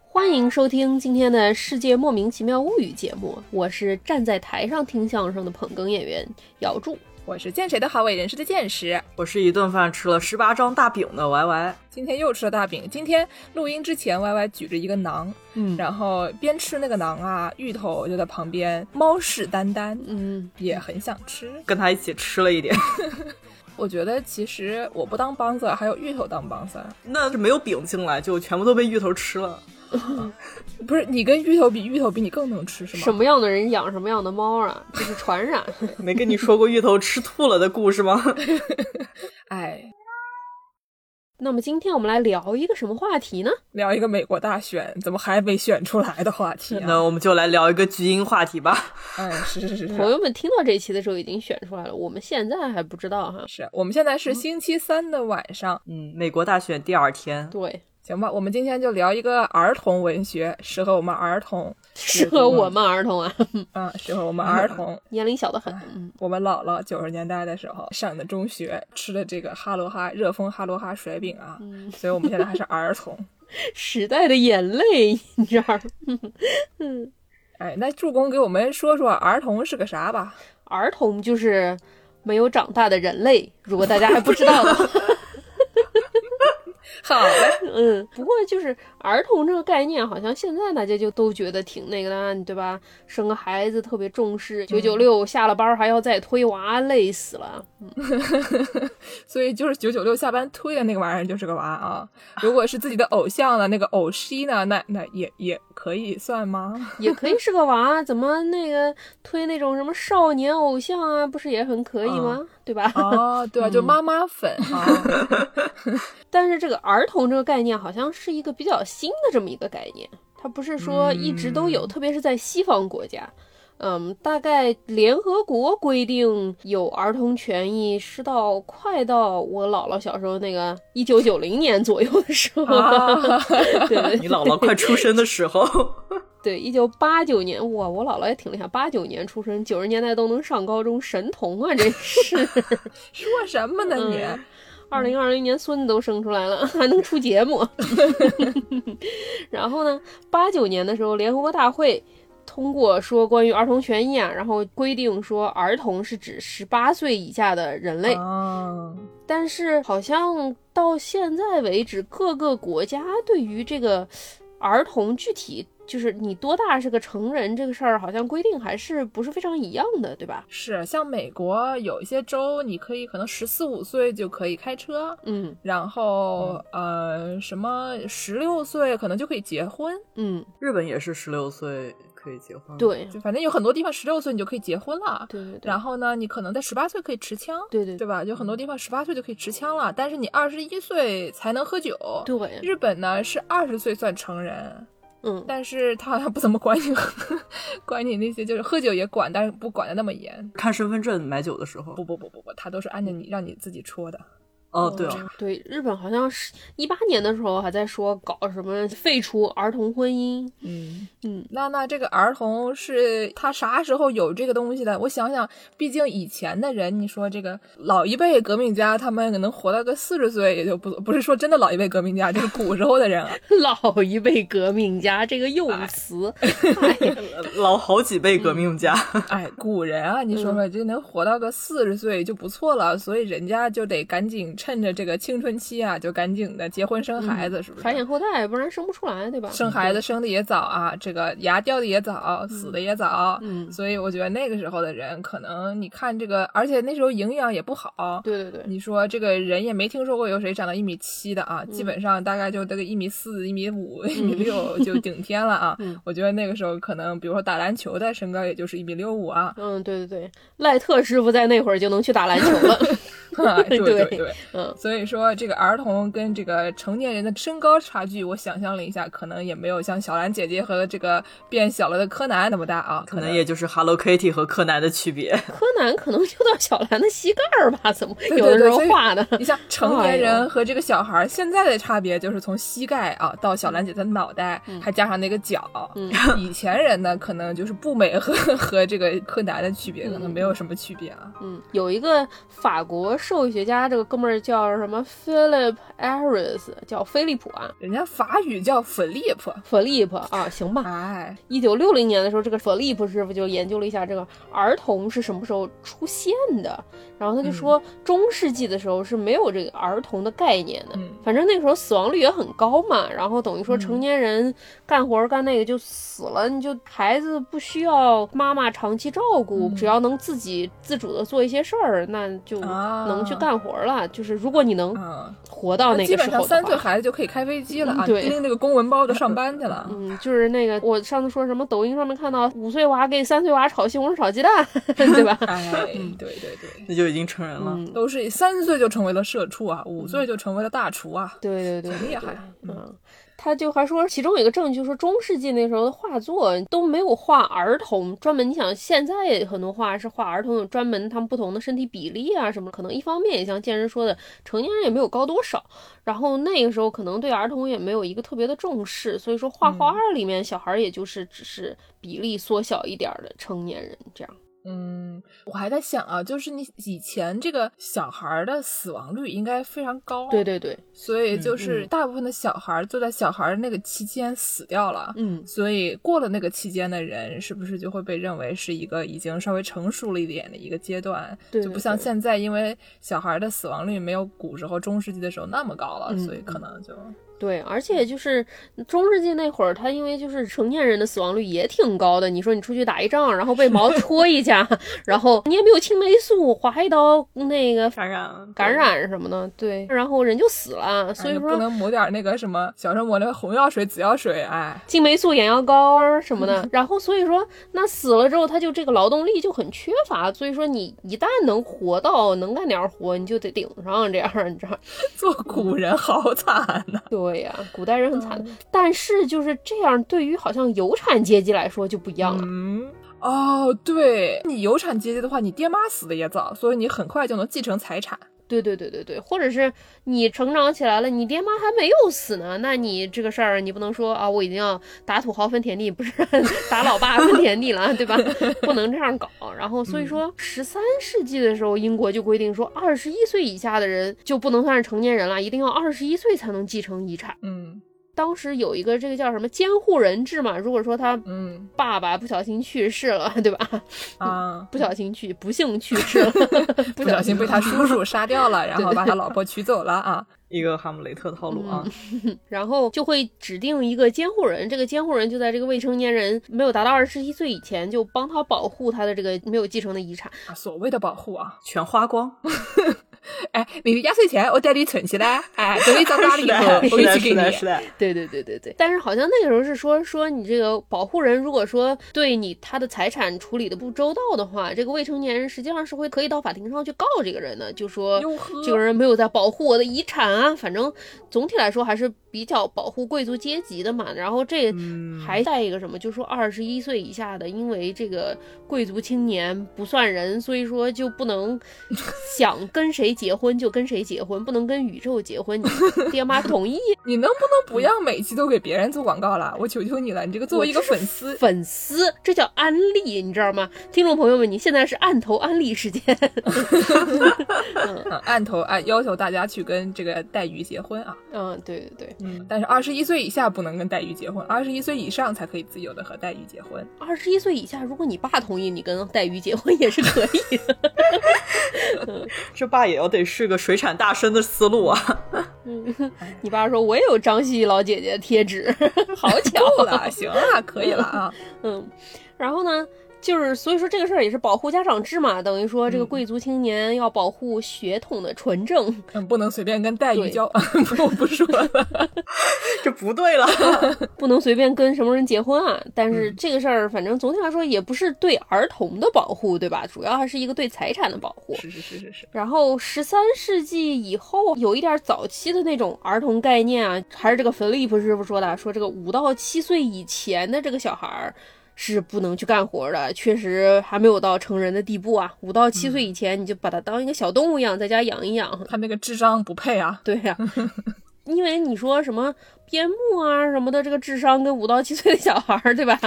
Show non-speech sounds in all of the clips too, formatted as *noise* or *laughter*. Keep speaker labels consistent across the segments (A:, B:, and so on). A: 欢迎收听今天的《世界莫名其妙物语》节目，我是站在台上听相声的捧哏演员姚柱。
B: 我是见谁都好为人师的见识，
C: 我是一顿饭吃了十八张大饼的 YY，
B: 今天又吃了大饼。今天录音之前，Y Y 举着一个馕，
C: 嗯
B: 然后边吃那个馕啊，芋头就在旁边猫视眈眈，
A: 嗯，
B: 也很想吃。
C: 跟他一起吃了一点。 *laughs*
B: 我觉得其实我不当帮子，还有芋头当帮子，啊
C: 那是没有饼进来，就全部都被芋头吃了。
B: 不是你跟芋头比，芋头比你更能吃是吗？
A: 什么样的人养什么样的猫啊， *laughs* 这是传染。
C: 没跟你说过芋头吃吐了的故事吗？
B: 哎，
A: 那么今天我们来聊一个什么话题呢？
B: 聊一个美国大选怎么还没选出来的话题啊？
C: 那我们就来聊一个巨婴话题吧。
B: 哎，是是是
A: 朋
B: 是。
A: 友们听到这一期的时候已经选出来了，我们现在还不知道哈。
B: 是我们现在是星期三的晚上，
C: 嗯，美国大选第二天，
A: 对，
B: 行吧？我们今天就聊一个儿童文学，适合我们儿童，
A: 适合我们儿童啊，
B: 啊，适合我们儿童。
A: *laughs* 年龄小得很。嗯，
B: 我们姥姥九十年代的时候上的中学，吃的这个哈罗哈热风哈罗哈甩饼啊，所以我们现在还是儿童。
A: 时代的眼泪，你知 *laughs* 道吗？
B: 哎，那助攻给我们说说儿童是个啥吧？
A: 儿童就是没有长大的人类，如果大家还不知道的话。
B: 好嘞，
A: 嗯，不过就是儿童这个概念，好像现在大家就都觉得挺那个的，啊对吧？生个孩子特别重视，九九六下了班儿还要再推娃，累死了。
B: *laughs* 所以就是九九六下班推的那个玩意儿就是个娃啊。如果是自己的偶像呢，那个偶师呢，那那也也可以算吗？
A: 也可以是个娃，怎么那个推那种什么少年偶像啊，不是也很可以吗？对吧？
B: *laughs* 哦，对啊，就妈妈粉啊，
A: 但是这个儿童这个概念好像是一个比较新的这么一个概念，它不是说一直都有，特别是在西方国家。嗯，大概联合国规定有儿童权益是到快到我姥姥小时候那个一九九零年左右的时候，
B: *laughs* 啊
A: 对
C: 你姥姥快出生的时候， *laughs*
A: 对，一九八九年，哇，我姥姥也挺厉害，八九年出生，九十年代都能上高中，神童啊，这是。
B: 说什么呢你？
A: 嗯二零二零年孙子都生出来了， *laughs* 还能出节目。然后呢，八九年的时候，联合国大会通过说关于儿童权益啊，然后规定说儿童是指十八岁以下的人类。
B: 啊，
A: 但是好像到现在为止，各个国家对于这个儿童具体就是你多大是个成人这个事儿，好像规定还是不是非常一样的，对吧？
B: 是像美国有一些州，你可以可能十四五岁就可以开车，
A: 嗯
B: 然后、呃，什么十六岁可能就可以结婚，
A: 嗯，
C: 日本也是十六岁可以结婚。，
A: 对
B: 就反正有很多地方十六岁你就可以结婚了。
A: 对对对
B: 然后呢，你可能在十八岁可以持枪，
A: 对对
B: 对吧？有很多地方十八岁就可以持枪了，但是你二十一岁才能喝酒。
A: 对，
B: 日本呢是二十岁算成人，
A: 嗯。
B: 但是他好像不怎么管你， *laughs* 管你那些就是喝酒也管，但是不管的那么严。
C: 看身份证买酒的时候
B: 不。不不不不，他都是按照你让你自己戳的。
C: 哦，对哦，
A: 嗯对，日本好像是一八年的时候还在说搞什么废除儿童婚姻，
B: 嗯
A: 嗯，
B: 那那这个儿童是他啥时候有这个东西的？我想想，毕竟以前的人，你说这个老一辈革命家，他们可能活到个四十岁，也就不不是说真的老一辈革命家，就是古时候的
A: *laughs*
B: 人啊。
A: 老一辈革命家这个用词，哎呀，
C: 老好几辈革命家。
B: 哎，古人啊，你说说，这能活到个四十岁就不错了，所以人家就得赶紧趁着这个青春期啊，就赶紧的结婚生孩子，是不是？
A: 繁衍后代，不然生不出来，对吧？
B: 生孩子生的也早啊，这个牙掉的也早，死的也早，
A: 嗯
B: 所以我觉得那个时候的人，可能你看这个，而且那时候营养也不好。
A: 对对对，
B: 你说这个人也没听说过有谁长到一米七的
A: 嗯
B: 啊，基本上大概就这个一米四、一米五、一米六就顶天了啊。
A: *laughs* 嗯，
B: 我觉得那个时候可能，比如说打篮球的身高也就是一米六五啊
A: *laughs* 嗯，对对对，赖特师傅在那会儿就能去打篮球
B: *laughs*
A: 了，
B: 对对
A: 对
B: 对。
A: 嗯，
B: 所以说，这个儿童跟这个成年人的身高差距，我想象了一下，可能也没有像小兰姐姐和这个变小了的柯南那么大啊，
C: 可能也就是 Hello Kitty 和柯南的区别。 *laughs*
A: 柯南可能就到小兰的膝盖儿吧，怎 *laughs* 么
B: 对
A: 有的
B: 对
A: 时候
B: 所以
A: 画的，*laughs*
B: 你像成
A: 哎
B: 年
A: 呦
B: 人和这个小孩儿现在的差别，就是从膝盖啊到小兰姐的脑袋，还加上那个脚。
A: 嗯
B: 以前人呢，可能就是不 *laughs*
A: 嗯
B: 美和和这个柯南的区别，可能没有什么区别啊。
A: 嗯，有一个法国兽医学家这个哥们儿叫什么 Philip Aris，叫菲利普啊，
B: 人家法语叫 Philip，
A: 弗利普啊，行吧。
B: 哎，
A: 一九六零年的时候，这个弗利普师傅就研究了一下这个儿童是什么时候出现的，然后他就说
B: 嗯
A: 中世纪的时候是没有这个儿童的概念的，
B: 嗯
A: 反正那个时候死亡率也很高嘛，然后等于说成年人干活干那个就死了，你就孩子不需要妈妈长期照
B: 嗯
A: 顾，只要能自己自主的做一些事儿，那就
B: 啊
A: 能去干活了。就是如果你能
B: 嗯，
A: 活到那
B: 基
A: 个
B: 本
A: 时
B: 上
A: 候的
B: 三岁
A: 话。
B: 孩子就可以开飞机了
A: 嗯
B: 啊，
A: 对
B: 拎着个公文包就上班去了。
A: 嗯，就是那个我上次说什么抖音上面看到五岁娃给三岁娃炒西红柿炒鸡蛋， *laughs* 对吧？
B: 哎，对对对，
C: 那就已经成人了。
A: 嗯，
B: 都是三岁就成为了社畜啊，五岁就成为了大厨啊，
A: 对对对，
B: 很厉害
A: 对。嗯，他就还说，其中有一个证据说，中世纪那时候的画作都没有画儿童，专门你想现在很多画是画儿童，有专门他们不同的身体比例啊什么，可能一方面也像健身说的，成年人也没有高多少，然后那个时候可能对儿童也没有一个特别的重视，所以说画画里面小孩也就是只是比例缩小一点儿的成年人这样。
B: 嗯，我还在想啊，就是你以前这个小孩儿的死亡率应该非常高，
A: 对，对对，
B: 所以就
C: 嗯
B: 是大部分的小孩儿就在小孩儿那个期间死掉了。
A: 嗯，
B: 所以过了那个期间的人，是不是就会被认为是一个已经稍微成熟了一点的一个阶段？
A: 对
B: 就
A: 对
B: 不像
A: 对
B: 现在，因为小孩的死亡率没有古时候中世纪的时候那么高了，
A: 嗯
B: 所以可能就哎
A: 对，而且就是中世纪那会儿，他因为就是成年人的死亡率也挺高的。你说你出去打一仗，然后被毛戳一下，然后你也没有青霉素，划一刀那个
C: 感染了
A: 感，染什么的，对，然后人就死了。所以
B: 哎你不
A: 说
B: 能抹点那个什么，小时候抹那个红药水、紫药水，哎，
A: 青霉素、眼药膏儿什么的，然后所以说那死了之后，他就这个劳动力就很缺乏。所以说你一旦能活到能干点儿活，你就得顶上这样，你知道。
B: 做
A: 嗯
B: 古人好惨呐、
A: 对呀、古代人很惨，
B: 嗯
A: 但是就是这样，对于好像有产阶级来说就不一样了。
B: 嗯。哦，对你有产阶级的话，你爹妈死的也早，所以你很快就能继承财产。
A: 对对对对对，或者是你成长起来了，你爹妈还没有死呢，那你这个事儿你不能说啊，我已经要打土豪分田地，不是打老爸分田地了，对吧？不能这样搞。然后
B: 嗯
A: 所以说，十三世纪的时候，英国就规定说，二十一岁以下的人就不能算是成年人了，一定要二十一岁才能继承遗产。
B: 嗯
A: 当时有一个这个叫什么监护人制嘛，如果说他
B: 嗯
A: 爸爸不小心去世了， *laughs* 对吧？
B: 啊，
A: 不小心去，不幸去世
B: *laughs*
A: 了，不
B: 不小心 *laughs* 被他叔叔杀掉了，然后
A: 对
B: 把他老婆娶走了啊。
C: 一个哈姆雷特套路啊，
A: 然后就会指定一个监护人，这个监护人就在这个未成年人没有达到二十一岁以前，就帮他保护他的这个没有继承的遗产。
B: 啊所谓的保护啊，
C: 全花光。
B: *laughs* 哎，你的压岁钱我带你存起来，哎，等你长大了 *laughs* 以后我
C: 是的，
B: 一起给
C: 是的，
B: 你
C: 是。的。
A: 对对对对对。但是好像那个时候是说说你这个保护人，如果说对你他的财产处理的不周到的话，这个未成年人实际上是会可以到法庭上去告这个人的，就说
B: 哟呵
A: 这个人没有在保护我的遗产啊。反正总体来说还是比较保护贵族阶级的嘛。然后这还带一个什么，就说二十一岁以下的，因为这个贵族青年不算人，所以说就不 *laughs* 能想跟谁结婚就跟谁结婚，不能跟宇宙结婚，你爹妈不同意。
B: 你能不能不要每期都给别人做广告了？我求求你了，你这个作为一个粉丝，
A: 粉丝，这叫安利，你知道吗？听众朋友们，你现在是按头安利时间。 *laughs*
B: 嗯按头按要求大家去跟这个黛玉结婚啊。
A: 嗯，对对对，
C: 嗯，
B: 但是二十一岁以下不能跟黛玉结婚，二十一岁以上才可以自由的和黛玉结婚。
A: 二十一岁以下，如果你爸同意你跟黛玉结婚也是可以的。 *laughs*
C: 这爸也要得是个水产大参的思路啊。 *laughs*
A: 你爸说我也有张希老姐姐贴纸，好巧
B: *laughs* 够了，行了，可以了啊。
A: 嗯，然后呢，就是所以说这个事儿也是保护家长制嘛，等于说这个贵族青年要保护血统的纯正。
B: 嗯，不能随便跟黛玉
A: 对
B: 交，我 *laughs* 不说了。
C: 这不对了，
A: 不能随便跟什么人结婚啊。但是这个事儿，反正总体来说也不是对儿童的保护，对吧？主要还是一个对财产的保护。
B: *laughs* 是是是是是，
A: 然后十三世纪以后，有一点早期的那种儿童概念啊，还是这个菲利普师傅说的，说这个五到七岁以前的这个小孩儿。是不能去干活的，确实还没有到成人的地步啊。五到七岁以前，你就把它当一个小动物一样，在家养一养，
B: 他那个智商不配啊。
A: 对呀、因为你说什么边牧啊什么的，这个智商跟五到七岁的小孩儿，对吧？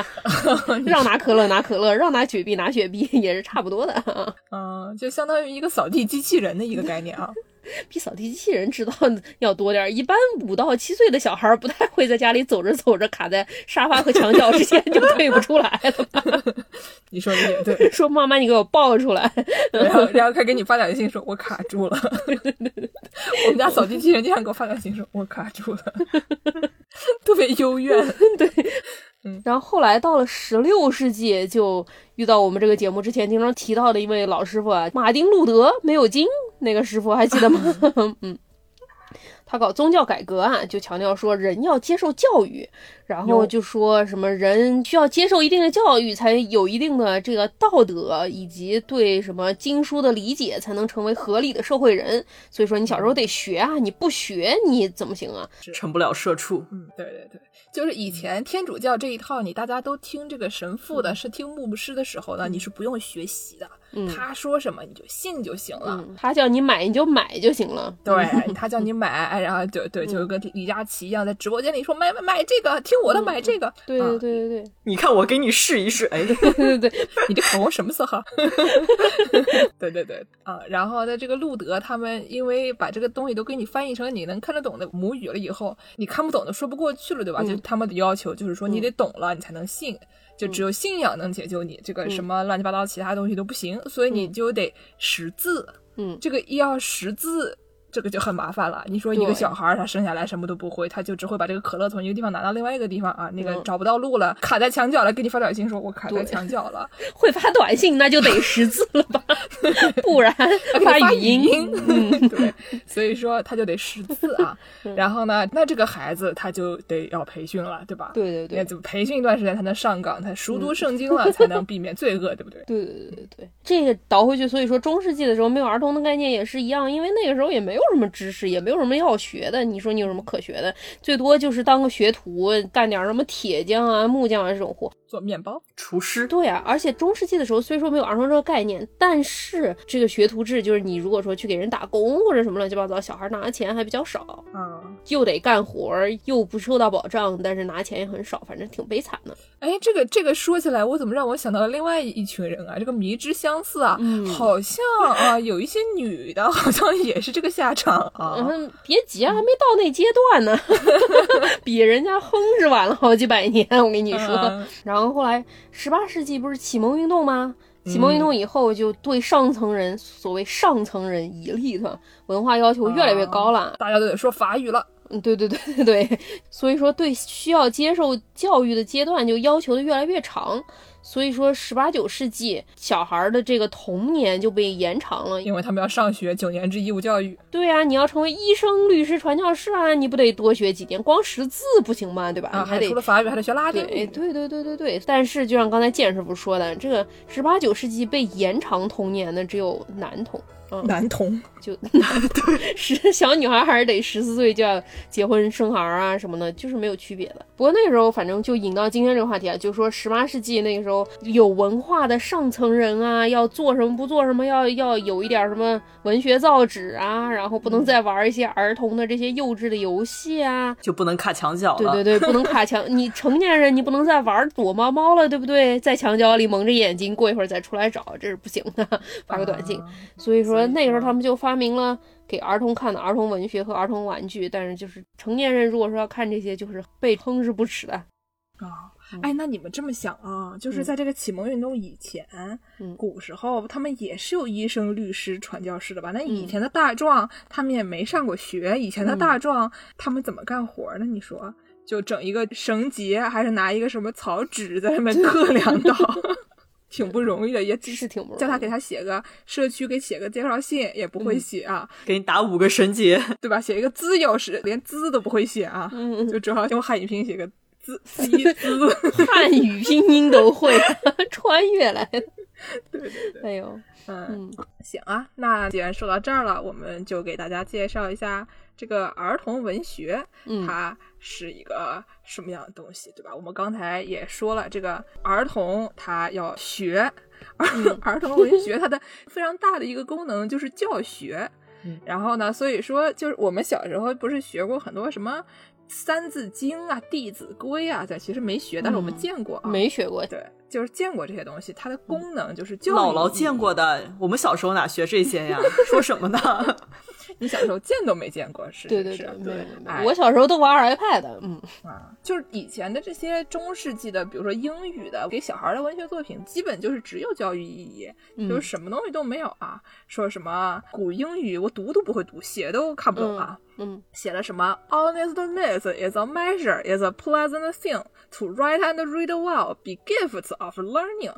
A: 让拿可乐拿可乐，让拿雪碧拿雪碧，也是差不多的啊，
B: 嗯，就相当于一个扫地机器人的一个概念 *laughs* 啊。
A: 比扫地机器人知道 *laughs* 要多点儿。一般五到七岁的小孩儿不太会在家里走着走着卡在沙发和墙角之间就退不出来了 *laughs* 吧？
B: 你说的也对，
A: 说妈妈，你给我抱出来。
B: 然后然后他给你发短信说，我卡住了。 *laughs* 我们家扫地机器人经常给我发短信说，我卡住了， *laughs* 特别幽 *laughs* 怨。
A: 然后后来到了十六世纪，就遇到我们这个节目之前经常提到的一位老师傅啊，马丁路德没有金那个师傅，还记得吗？ *laughs* 嗯，他搞宗教改革啊，就强调说人要接受教育，然后
B: 有
A: 就说什么人需要接受一定的教育，才有一定的这个道德以及对什么经书的理解，才能成为合理的社会人。所以说你小时候得学啊，你不学你怎么行啊？
C: 成不了社畜。
B: 嗯，对对对，就是以前天主教这一套，你大家都听这个神父的，是听牧师的时候呢，你是不用学习的，
A: 嗯
B: 他说什么你就信就行了。
A: 嗯，他叫你买你就买就行了。
B: 对他叫你买，然后对对，就跟李佳琦一样，在直播间里说买买买这个，听我的买这个。 *laughs*
A: 对对对对对。
C: 你看我给你试一试，哎，
A: 对对对，
B: 你这口红什么色号？ *laughs* 对对对啊，然后在这个路德他们，因为把这个东西都给你翻译成你能看得懂的母语了以后，你看不懂的说不过去了，对吧？
A: 嗯
B: 就是他们的要求就是说你得懂了，你才能信。就只有信仰能解救你，这个什么乱七八糟其他东西都不行，所以你就得识字。
A: 嗯
B: 这个一要识字，这个就很麻烦了。你说一个
A: 对
B: 小孩儿他生下来什么都不会，他就只会把这个可乐从一个地方拿到另外一个地方啊，那个
A: 嗯
B: 找不到路了，卡在墙角了，给你发短信说我卡在
A: 对
B: 墙角了，
A: 会发短信那就得识字了 *laughs* 吧，不然
B: 给你
A: 发
B: 发
A: 语音。
B: 音 *laughs* 对，所以说他就得识字啊。然后呢，那这个孩子他就得要培训了，对吧？
A: 对对对
B: 那就培训一段时间才能上岗，他熟读圣经了，才能避免罪恶，对不对？
A: 对对对对对，这个倒回去，所以说中世纪的时候没有儿童的概念也是一样，因为那个时候也没有什么知识，也没有什么要学的。你说你有什么可学的？最多就是当个学徒，干点什么铁匠啊、木匠啊这种活。
B: 做面包，
C: 厨师
A: 对啊，而且中世纪的时候虽说没有儿童这个概念，但是这个学徒制就是你如果说去给人打工或者什么乱七八糟，小孩拿的钱还比较少，
B: 嗯，
A: 又得干活儿，又不受到保障，但是拿钱也很少，反正挺悲惨的。
B: 哎，这个这个说起来，我怎么让我想到了另外一群人啊？这个迷之相似啊，
A: 嗯
B: 好像啊，有一些女的，好像也是这个下场
A: 然
B: 啊。
A: 后嗯别急啊，还没到那阶段呢， *laughs* 比人家哼是晚了好几百年，我跟你说。
B: 嗯
A: *laughs* 然后后来十八世纪不是启蒙运动吗？启蒙
B: 嗯
A: 运动以后，就对上层人，所谓上层人 elite 文化要求越来越高了。
B: 大家都得说法语了，
A: 嗯，对对对对 *laughs* 对，所以说对需要接受教育的阶段就要求的越来越长，所以说十八九世纪小孩儿的这个童年就被延长了。
B: 因为他们要上学九年制义务教育。
A: 对啊，你要成为医生、律师、传教士啊，你不得多学几年？光识字不行吗？对吧？嗯
B: 啊，
A: 你还
B: 还
A: 得
B: 除了法语，还得学拉丁
A: 对
B: 语。
A: 对对对对对，但是就像刚才健师傅说的，这个十八九世纪被延长童年的只有男童，
B: 男童，
A: 就对，是小女孩还是得十四岁就要结婚生孩儿啊什么的，就是没有区别的。不过那个时候，反正就引到今天这个话题啊，就说十八世纪那个时候有文化的上层人啊，要做什么不做什么，要要有一点什么文学造纸啊，然后不能再玩一些儿童的这些幼稚的游戏啊，
C: 就不能卡墙角了。
A: 对对对，不能卡墙。你成年人，你不能再玩躲猫猫了，对不对？在墙角里蒙着眼睛，过一会儿再出来找，这是不行的。发个短信。
B: 啊
A: 所以
B: 所
A: 说
B: 以
A: 那个时候
B: 说
A: 他们就发明了给儿童看的儿童文学和儿童玩具，但是就是成年人如果说要看这些，就是被哼是不耻的。
B: 啊，
A: 嗯
B: 哎，那你们这么想啊，就是在这个启蒙运动以前，
A: 嗯
B: 古时候他们也是有医生、律师、传教士的吧？那以
A: 嗯
B: 前的大壮他们也没上过学，以前的
A: 嗯
B: 大壮他们怎么干活呢？你说？就整一个绳结，还是拿一个什么草纸在上面刻
A: *laughs*
B: 两刀，挺不容易的，也只
A: 是挺不容易
B: 叫他给他写个社区，给写个介绍信也不会
A: 嗯
B: 写啊，
C: 给你打五个绳结，
B: 对吧？写一个字有时连字都不会写啊，
A: 嗯， *laughs*
B: 就只好用汉语拼音写个字，一字。
A: 汉语拼音都会，穿越来的。
B: 对对对，
A: 哎呦，
B: 嗯，
A: 嗯
B: 行啊，那既然说到这儿了，我们就给大家介绍一下这个儿童文学，
A: 嗯
B: 它是一个什么样的东西，对吧？我们刚才也说了，这个儿童他要
C: 嗯
B: 学，儿、儿童文学它的非常大的一个功能就是教学。
C: 嗯
B: *laughs* 然后呢，所以说就是我们小时候不是学过很多什么《三字经》啊、《弟子规》啊，对，其实没学，但是我们
A: 嗯
B: 见过啊，
A: 没学过，
B: 对，就是见过这些东西，它的功能就是教育
C: 嗯姥姥
B: 意义
C: 见，过的，我们小时候哪学
B: *laughs*
C: 这些呀？说什么呢？
B: 你小时候见都没见过，是
A: 对对
B: 是
A: 对，
B: 是
A: 没有没有
B: 哎
A: 我小时候都玩 iPad，嗯，
B: 啊，就是以前的这些中世纪的，比如说英语的给小孩的文学作品，基本就是只有教育意义，
A: 嗯
B: 就是什么东西都没有啊。说什么古英语，我读都不会读，写都看不懂啊。
A: 嗯
B: 写了什么 “Honestness is a measure, is a pleasant thing to write and read well, be gifts of learning.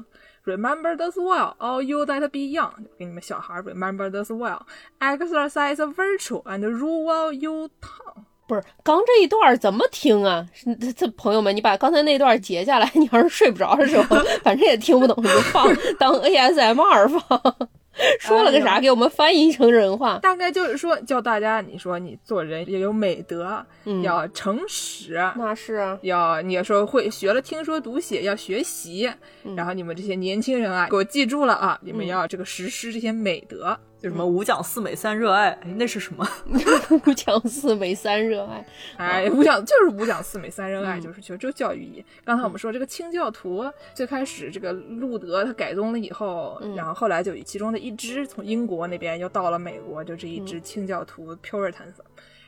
B: Remember this well, all you that be young.” 给你们小孩儿 remember this well, exercise virtue and rule well your tongue.
A: 不是，刚这一段怎么听啊？是这这朋友们，你把刚才那段截下来， *laughs* 你要是睡不着的时候， *laughs* 反正也听不懂，你就放当 ASMR 放。说了个
B: 哎
A: 啥，
B: 呦
A: 给我们翻译成人话。
B: 大概就是说教大家，你说你做人也有美德，
A: 嗯，
B: 要诚实，
A: 那是啊， *laughs*
B: 要你说会学了听说读写要学习，
A: 嗯
B: 然后你们这些年轻人啊，给我记住了啊，你们
A: 嗯
B: 要这个实施这些美德。
C: 就什么五讲四美三热爱，哎，那是什么？
A: 五讲四美三热爱。
B: 哎，五讲就是五讲四美三仁爱，
A: 啊嗯
B: 就是就就教育意义。刚才我们说这个清教徒最开始这个路德他改宗了以后，
A: 嗯
B: 然后后来就其中的一支从英国那边又到了美国，就这一
A: 嗯
B: 支清教徒 Puritans。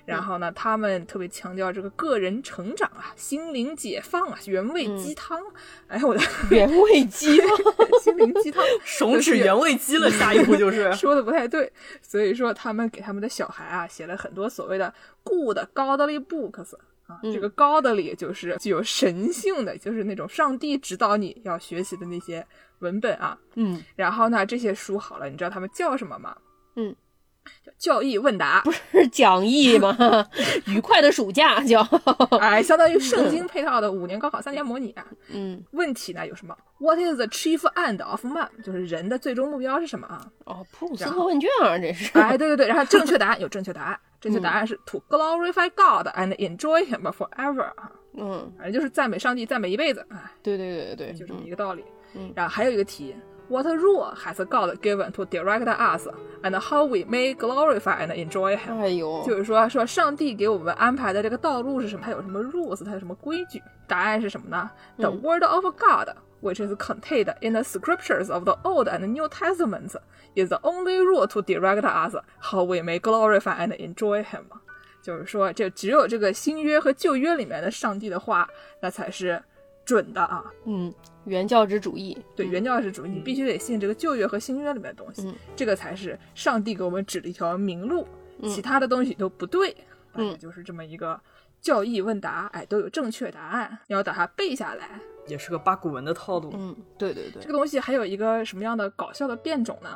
B: 然后呢，他们特别强调这个个人成长啊、心灵解放啊、原味鸡汤。哎，我
A: *laughs*
B: 的
A: 嗯原味鸡吗？
B: *laughs* 心灵
A: *laughs*
B: 鸡汤，
C: 手指原味鸡了，下一步就
B: *laughs*
C: 是。
B: 说的不
A: *laughs*
B: 太对，所以说他们给他们的小孩啊写了很多所谓的 good godly books 啊，
A: 嗯
B: 这个 godly 就是具有神性的，就是那种上帝指导你要学习的那些文本啊。
A: 嗯，
B: 然后呢，这些书好了，你知道他们叫什么吗？
A: 嗯，
B: 叫教义问
A: *laughs*
B: 答，不是，
A: 是讲义吗？ *laughs* 愉快的暑假叫。 *laughs*
B: 哎，相当于圣经配套的五年高考三年模拟啊。
A: 嗯，
B: 问题呢有什么？What is the chief end of man？就是人的最终目标是什么啊？
A: 哦，普鲁斯
B: 然
A: 特
B: 后
A: 问卷啊，这是。
B: *laughs* 哎，对对对，然后正确答案有正确答案，正确答案是 to glorify God and enjoy Him forever 啊，
A: 嗯，
B: 反正就是赞美上帝，赞美一辈子啊，
A: 对对对对
B: 就
A: 对，
B: 这么
A: 嗯
B: 一个道理。
A: 嗯
B: 然后还有一个题，What rule has God given to direct us and how we may glorify and enjoy Him？、
A: 哎呦，
B: 就是说，说上帝给我们安排的这个道路是什么？它有什么 rules？它有什么规矩？答案是什么呢？The
A: 嗯
B: Word of God, which is contained in the Scriptures of the Old and New Testaments, is the only rule to direct us how we may glorify and enjoy Him。就是说，这只有这个新约和旧约里面的上帝的话，那才是准的啊。
A: 嗯，原教旨主义。
B: 对，原教旨主义，你必须得信这个旧约和新约里面的东西，
A: 嗯
B: 这个才是上帝给我们指了一条明路，
A: 嗯
B: 其他的东西都不对。
A: 嗯
B: 哎就是这么一个教义问答，哎，都有正确答案，你要把它背下来。
C: 也是个八股文的套路。
A: 嗯，对对对
B: 这，个东西还有一个什么样的搞笑的变种呢？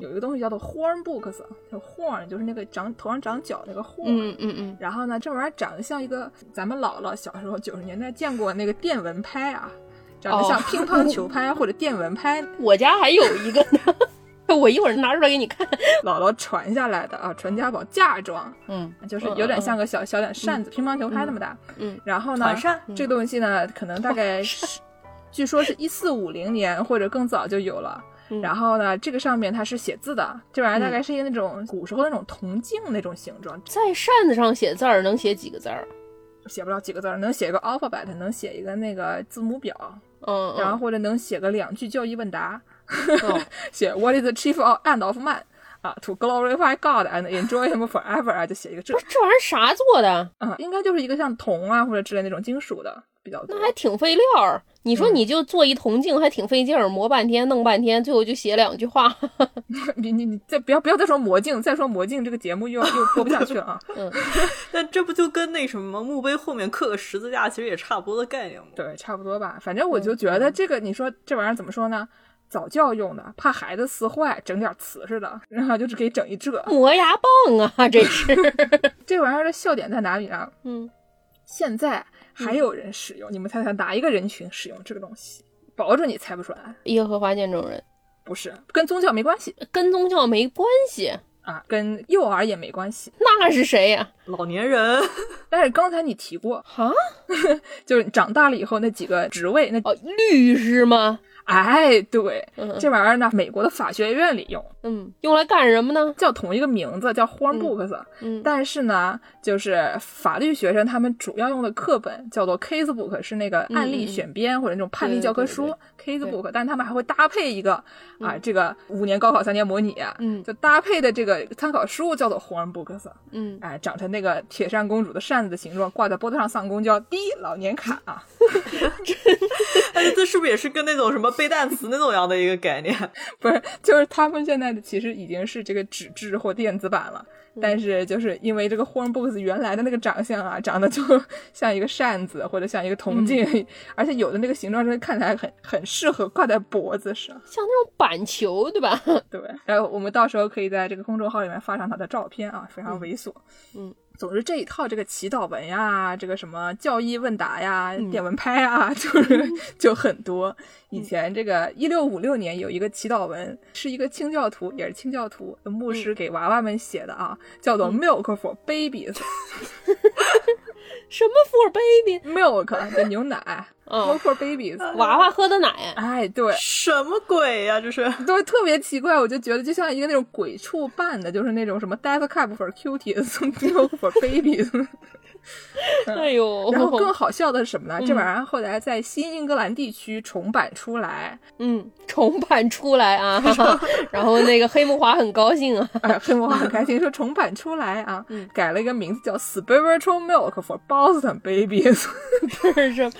B: 有一个东西叫做 horn books，叫 horn 就是那个长头上长角那个 horn，、
A: 嗯嗯嗯，
B: 然后呢，这玩意儿长得像一个咱们姥姥小时候九十年代见过那个电蚊拍啊，长得
A: 哦
B: 像乒
A: *laughs*
B: 乓球拍或者电蚊拍
A: 我家还有一个
B: *laughs*
A: 呢，我一会儿拿出来给你看。
B: 姥姥传下来的啊，传家宝嫁妆，
A: 嗯
B: 就是有点像个小小点扇子，乒乓球拍那么大。
A: 嗯，
B: 然后呢
C: 团，扇
B: 这个东西呢，可能大概是，据说是一四五零年或者更早就有了。
A: 嗯
B: 然后呢，这个上面它是写字的，这玩意儿
A: 嗯
B: 大概是一个那种古时候那种铜镜那种形状，
A: 在扇子上写字儿能写几个字儿？
B: 写不了几个字儿，能写一个 alphabet，能写一个那个字母表，
A: 嗯，
B: 然后或者能写个两句教义问答。
A: 嗯
B: *laughs* 写 What is the chief of end of man？啊，to glorify God and enjoy Him forever 啊，就写一个这
A: 不是这玩意儿啥做的？
B: 啊，应该就是一个像铜啊或者之类那种金属的比较多
A: 那。还挺费料儿。你说
B: 嗯
A: 你就做一铜镜，还挺费劲儿，磨半天，弄半天，最后就写两句
B: *laughs*
A: 话。
B: 你你你再不要不要再说魔镜，再说魔镜这个节目又要又播不下去了啊！
C: 但这不就跟那什么墓碑后面刻个十字架，其实也差不多的概念吗？
B: 对，差不多吧。反正我就觉得这个，你说这玩意儿怎么说呢？早教用的，怕孩子撕坏，整点瓷似的，然后就是给整一这。
A: 磨牙棒
B: *laughs*
A: 啊，这是。
B: 这玩意儿的笑点在哪里呢？
A: 嗯，
B: 现在还有人使用，你们猜猜哪一个人群使用这个东西？保准你猜不出来，
A: 耶和华见证人嗯
B: 不是跟宗教没关系。
A: 跟宗教没关系。
B: 啊，跟幼儿也没关系。
A: 那是谁呀、
C: 老年人
B: 但是刚才你提过，
A: 啊？
B: 就是长大了以后那几个职位，那
A: 哦，律师吗？
B: 哎，对，
A: 嗯
B: 这玩意儿呢，美国的法学院里用，
A: 嗯，用来干什么呢？
B: 叫同一个名字，叫 hornbooks，、
A: 嗯，
B: 但是呢，就是法律学生他们主要用的课本叫做 case book，是那个案
A: 嗯
B: 例选编、或者那种判例教科书
A: 对
B: case book，但是他们还会搭配一个啊，
A: 嗯
B: 这个五年高考三年模拟，
A: 嗯
B: 就搭配的这个参考书叫做 horn books，
A: 嗯，
B: 哎，长成那个铁扇公主的扇子的形状，挂在脖子上上弓叫第一老年卡啊，
C: 哎，这是不是也是跟那种什么背单词那种样的一个概念？
B: 不是，就是他们现在的其实已经是这个纸质或电子版了，但是就是因为这个 Hornbooks 原来的那个长相啊，长得就 *laughs* 像一个扇子或者像一个铜镜，而且有的那个形状真的看起来很很适合挂在脖子上。
A: 像那种板球，对吧？ *laughs*
B: 对，然后我们到时候可以在这个公众号里面发上他的照片啊，非常猥琐。
A: 嗯
B: 总之这一套这个祈祷文呀，这个什么教义问答呀、
A: 嗯
B: 点文拍啊，
A: *laughs*
B: *laughs* 就是就很多。以前这个一六五六年有一个祈祷文，是一个清教徒，也是清教徒的牧师给娃娃们写的
A: 嗯
B: 啊，叫做 Milk for Babies，
A: *laughs* 什么 for baby
B: milk 的牛奶，Milk
A: 啊？
B: for Babies。
A: 娃娃喝的奶，
B: *laughs* 哎，对，
C: 什么鬼呀、这是
B: 都特别奇怪，我就觉得就像一个那种鬼畜扮的，就是那种什么 death cup for cuties, *laughs* milk for babies。
A: 哎呦，
B: *laughs* 然后更好笑的是什么呢？
A: 嗯
B: 这玩意儿后来在新英格兰地区重版
A: *laughs*
B: 出来，
A: *laughs* 嗯，重版出来啊， *laughs* 然后那个黑木华很高
B: *laughs*
A: 兴啊，
B: 哎，黑魔很开心说重版出来啊
A: 嗯，
B: 改了一个名字叫 spiritual milk for Boston babies。
A: 这是什么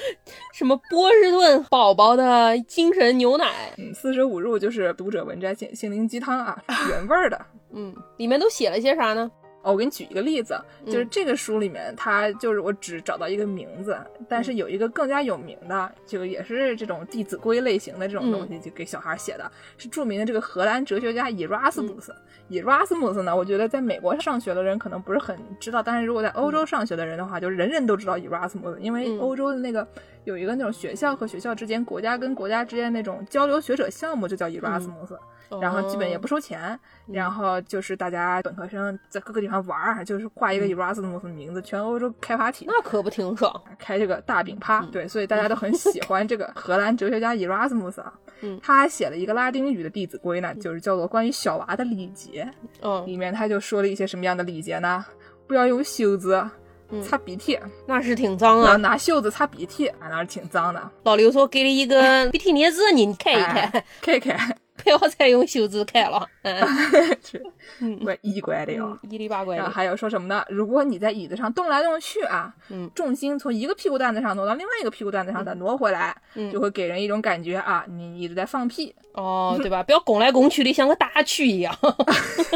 A: 什么波士顿宝宝的精神牛奶，
B: 嗯，四舍五入就是读者文摘心心灵鸡汤啊，原味儿的。
A: 嗯，里面都写了些啥呢？
B: 哦，我给你举一个例子，
A: 嗯
B: 就是这个书里面，它就是我只找到一个名字，但
A: 嗯
B: 是有一个更加有名的，就也是这种《弟子规》类型的这种东西，
A: 嗯
B: 就给小孩写的，是著名的这个荷兰哲学家伊拉斯
A: 嗯
B: 姆斯。伊拉斯姆斯呢，我觉得在美国上学的人可能不是很知道，但是如果在欧洲上学的人的话，就是人人都知道伊拉斯姆斯，因为
A: 嗯
B: 欧洲的那个。有一个那种学校和学校之间、国家跟国家之间那种交流学者项目，就叫伊拉斯姆斯。然后基本也不收钱，
A: 嗯
B: 然后就是大家本科生在各个地方玩儿，啊就是挂
A: 嗯
B: 一个 Erasmus 的名字，全欧洲开 party，
A: 那可不挺爽，
B: 开这个大饼趴，
A: 嗯
B: 对，所以大家都很喜
A: *laughs*
B: 欢这个荷兰哲学家 Erasmus 啊
A: 嗯，
B: 他还写了一个拉丁语的《弟子规》呢，就是叫做关于小娃的礼节，
A: 嗯，
B: 里面他就说了一些什么样的礼节呢？不要用袖子
A: 嗯
B: 擦鼻涕，
A: 那是挺脏
B: 然后
A: 啊。
B: 拿袖子擦鼻涕，啊，那是挺脏的，
A: 老刘说给了一
B: *laughs*
A: 个鼻涕捏子，你看一看，
B: 看看，
A: *laughs* 不要再用袖子看了。嗯
B: *laughs* 是
A: 嗯，
B: 怪异怪的哟。
A: 嗯一里八拐
B: 然后
A: 的，
B: 还有说什么呢？如果你在椅子上动来动去啊，
A: 嗯
B: 重心从一个屁股蛋子上挪到另外一个屁股蛋子上，再挪回来，
A: 嗯
B: 就会给人一种感觉啊，你一直在
A: *laughs*
B: 放屁。
A: 哦，对吧？不要拱来拱去的，像个大蛆一样。 *laughs*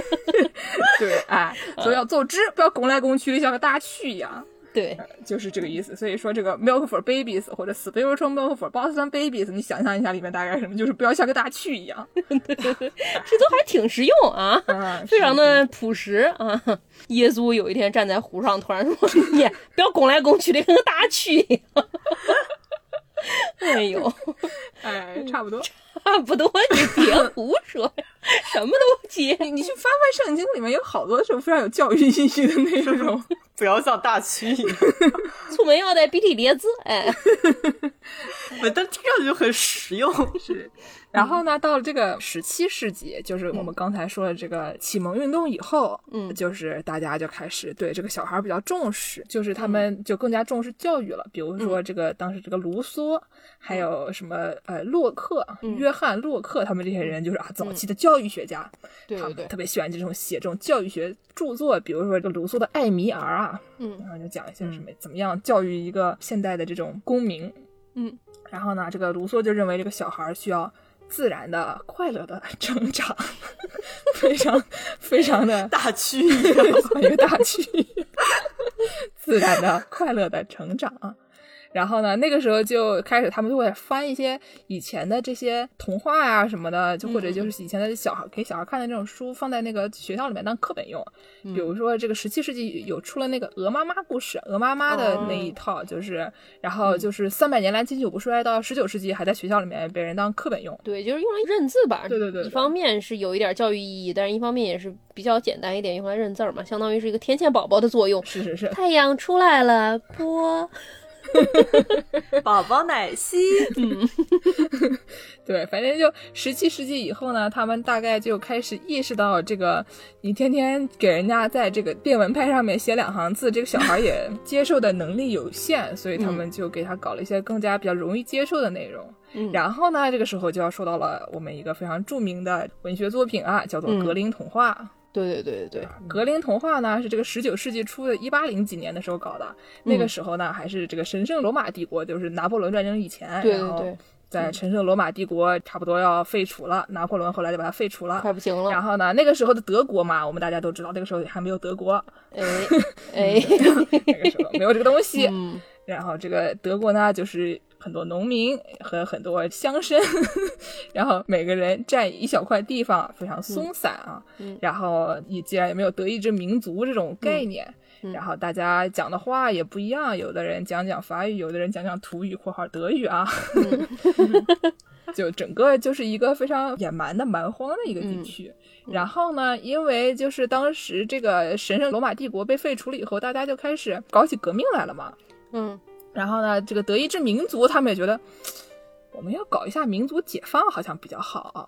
B: 对，哎，
A: 嗯
B: 所以要坐直，不要拱来拱去的，像个大蛆一样，
A: 对，
B: 就是这个意思。所以说这个 milk for babies 或者 spiritual milk for Boston babies，你想象一下里面大概是什么，就是不要像个大蛆
A: *laughs*
B: 一样，
A: 这都还挺实用啊。
B: 啊，
A: 非常的朴实啊！耶稣有一天站在湖上，突然说：“你不要拱来拱去的，跟个大 *laughs* 蛆一样。”哎呦，
B: 是，哎，差不多。
A: 差不多，你别胡说，什么都接。
B: 你你去翻翻圣经里面，有好多这种非常有教育意义的内
A: *laughs*
B: 容。
C: 不要像大蛆一样，
A: 出门要带鼻涕碟子，哎，
C: 不哎但听上去就很实用。
B: 是，然
A: 嗯
B: 后呢，到了这个十七世纪，就是我们刚才说的这个启蒙运动以后，
A: 嗯
B: 就是大家就开始对这个小孩儿比较重视，就是
A: 嗯
B: 他们就更加重视教育了。比如说这个当时这个卢梭，还有什么呃洛克、
A: 嗯
B: 约翰洛克他们这些人，就是啊早期的教育学家，
A: 对
B: 他们特别喜欢这种写这种教育学著作，比如说这个卢梭的《艾米尔》啊，
A: 嗯
B: 然后就讲一下什么怎么样教育一个现代的这种公民。
A: 嗯，
B: 然后呢，这个卢梭就认为这个小孩儿需要自然的、快乐的 *laughs* 成长，非常非常的
C: 大蛆一
B: *laughs*
C: 样，
B: 像一个大蛆，自然的、快乐的成长。然后呢，那个时候就开始他们就会翻一些以前的这些童话呀、什么的，就或者就是以前的小孩给小孩看的那种书，放在那个学校里面当课本用。比如说这个十七世纪有出了那个《鹅妈妈》故事，《鹅妈妈》的那一套，就是、然后就是三百年来经久不衰，到十九世纪还在学校里面被人当课本用。
A: 对，就是用来认字吧。
B: 对对对对
A: 一方面是有一点教育意义，但是一方面也是比较简单一点，用来认字儿嘛，相当于是一个天线宝宝的作用。
B: 是是是，
A: 太阳出来了，波。
C: 宝宝奶昔，
B: 对，反正就十七世纪以后呢，他们大概就开始意识到这个，你天天给人家在这个电文派上面写两行字，这个小孩
A: *laughs*
B: 也接受的能力有限，所以他们就给他搞了一些更加比较容易接受的内容。
A: 嗯
B: 然后呢，这个时候就要说到了我们一个非常著名的文学作品啊，叫做
A: 嗯
B: 《格林童话》。
A: 对对对对对，
B: 格林童话呢是这个十九世纪初的一八零几年的时候搞的，
A: 嗯
B: 那个时候呢还是这个神圣罗马帝国，就是拿破仑战争以前，
A: 对
B: 然
A: 对
B: 后
A: 对，
B: 在神圣罗马帝国差不多要废除了，拿破仑后来就把它废除了。
A: 快不行
B: 啊
A: 了。
B: 然后呢，那个时候的德国嘛，我们大家都知道，那个时候还没有德国， *laughs*
A: 哎哎，
B: 那个时候没有这个东西。
A: 嗯，
B: 然后这个德国呢，就是很多农民和很多乡绅， *laughs* 然后每个人占一小块地方，非常松散啊。
A: 嗯嗯
B: 然后也既然也没有德意志民族这种概念。
A: 嗯
B: 然后大家讲的话也不一样，有的人讲讲法语，有的人讲讲土语（括号德语啊），
A: 嗯
B: *laughs* 就整个就是一个非常野蛮的蛮荒的一个地区。
A: 嗯
B: 然后呢，因为就是当时这个神圣罗马帝国被废除了以后，大家就开始搞起革命来了嘛。
A: 嗯，
B: 然后呢，这个德意志民族他们也觉得，我们要搞一下民族解放好像比较好啊。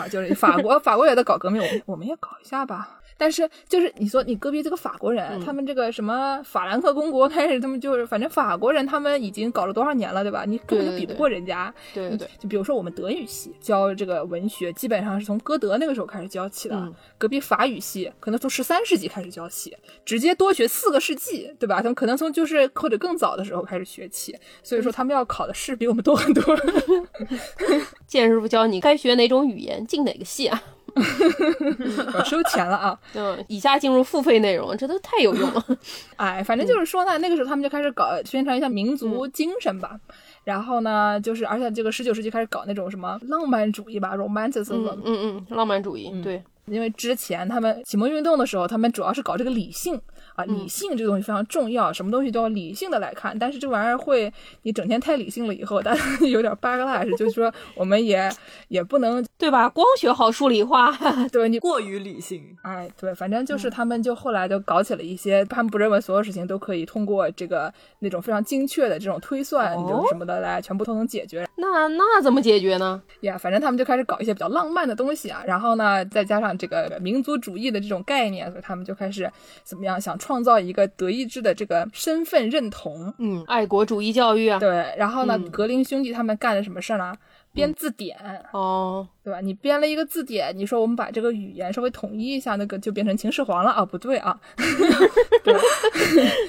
B: 啊，就是 *laughs* 法国，法国也在搞革命，我们我们也搞一下吧。但是就是你说你隔壁这个法国人，
A: 嗯
B: 他们这个什么法兰克公国开始，他们就是反正法国人他们已经搞了多少年了，对吧？你根本就
A: 对对
B: 比不
A: 对
B: 过人家。
A: 对对对，
B: 就比如说我们德语系教这个文学，基本上是从歌德那个时候开始教起的。
A: 嗯
B: 隔壁法语系可能从十三世纪开始教起，直接多学四个世纪，对吧？他们可能从就是或者更早的时候开始学起，
A: 嗯
B: 所以说他们要考的试比我们多
A: *laughs*
B: 很多。
A: 剑师傅教你该学哪种语言，进哪个系啊？
B: 我收钱了啊！
A: 嗯，以下进入付费内容，这都太有
B: *laughs*
A: 用了。
B: 哎，反正就是说呢，那个时候他们就开始搞宣传一下民族
A: 嗯
B: 精神吧。然后呢，就是而且这个十九世纪开始搞那种什么浪漫主义吧
A: 嗯
B: ，romanticism，、
A: 嗯嗯，浪漫主义，对，
B: 因为之前他们启蒙运动的时候，他们主要是搞这个理性啊，理性这个东西非常重要，什么东西都要理性的来看。但是这玩意儿会，你整天太理性了以后，大家 *laughs* 有点八个拉屎，就是说我们也也不能啊
A: 对吧？光学好数理化， *laughs*
B: 对你。
C: 过于理性。
B: 哎，对，反正就是他们就后来就搞起了一些，他们不认为所有事情都可以通过这个那种非常精确的这种推算，
A: 哦
B: 就是什么的来全部都能解决。
A: 那那怎么解决呢？
B: 呀反正他们就开始搞一些比较浪漫的东西啊，然后呢，再加上这个民族主义的这种概念，所以他们就开始怎么样，想创造一个德意志的这个身份认同。
A: 嗯，爱国主义教育啊。
B: 对，然后呢，
A: 嗯
B: 格林兄弟他们干了什么事儿呢？编字典，
A: 哦，
B: 对吧？你编了一个字典，你说我们把这个语言稍微统一一下，那个就变成秦始皇了啊？不对啊， *laughs*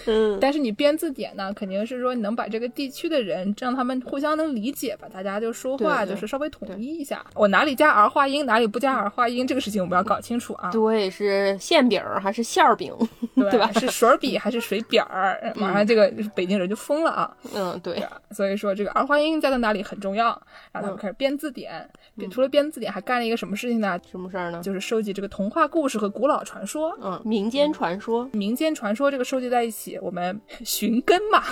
A: 嗯
B: 但是你编字典呢，肯定是说你能把这个地区的人，让他们互相能理解吧，大家就说话
A: 对对
B: 就是稍微统一一下。我哪里加儿化音，哪里不加儿化音，这个事情我们要搞清楚啊，
A: 对，是馅饼儿还是馅儿饼？
B: 对
A: *laughs* 对吧
B: 是水笔还是水扁儿？马上这个北京人就疯了啊！
A: 嗯，对，
B: 所以说这个儿化音加到哪里很重要。然后他们
A: 嗯
B: 开始编字典，编除了编字典，还干了一个什么事情呢？
A: 什么事儿呢？
B: 就是收集这个童话故事和古老传说。
A: 嗯，民间传说， *laughs*
B: 民间传说这个收集在一起，我们 *laughs* 寻根嘛，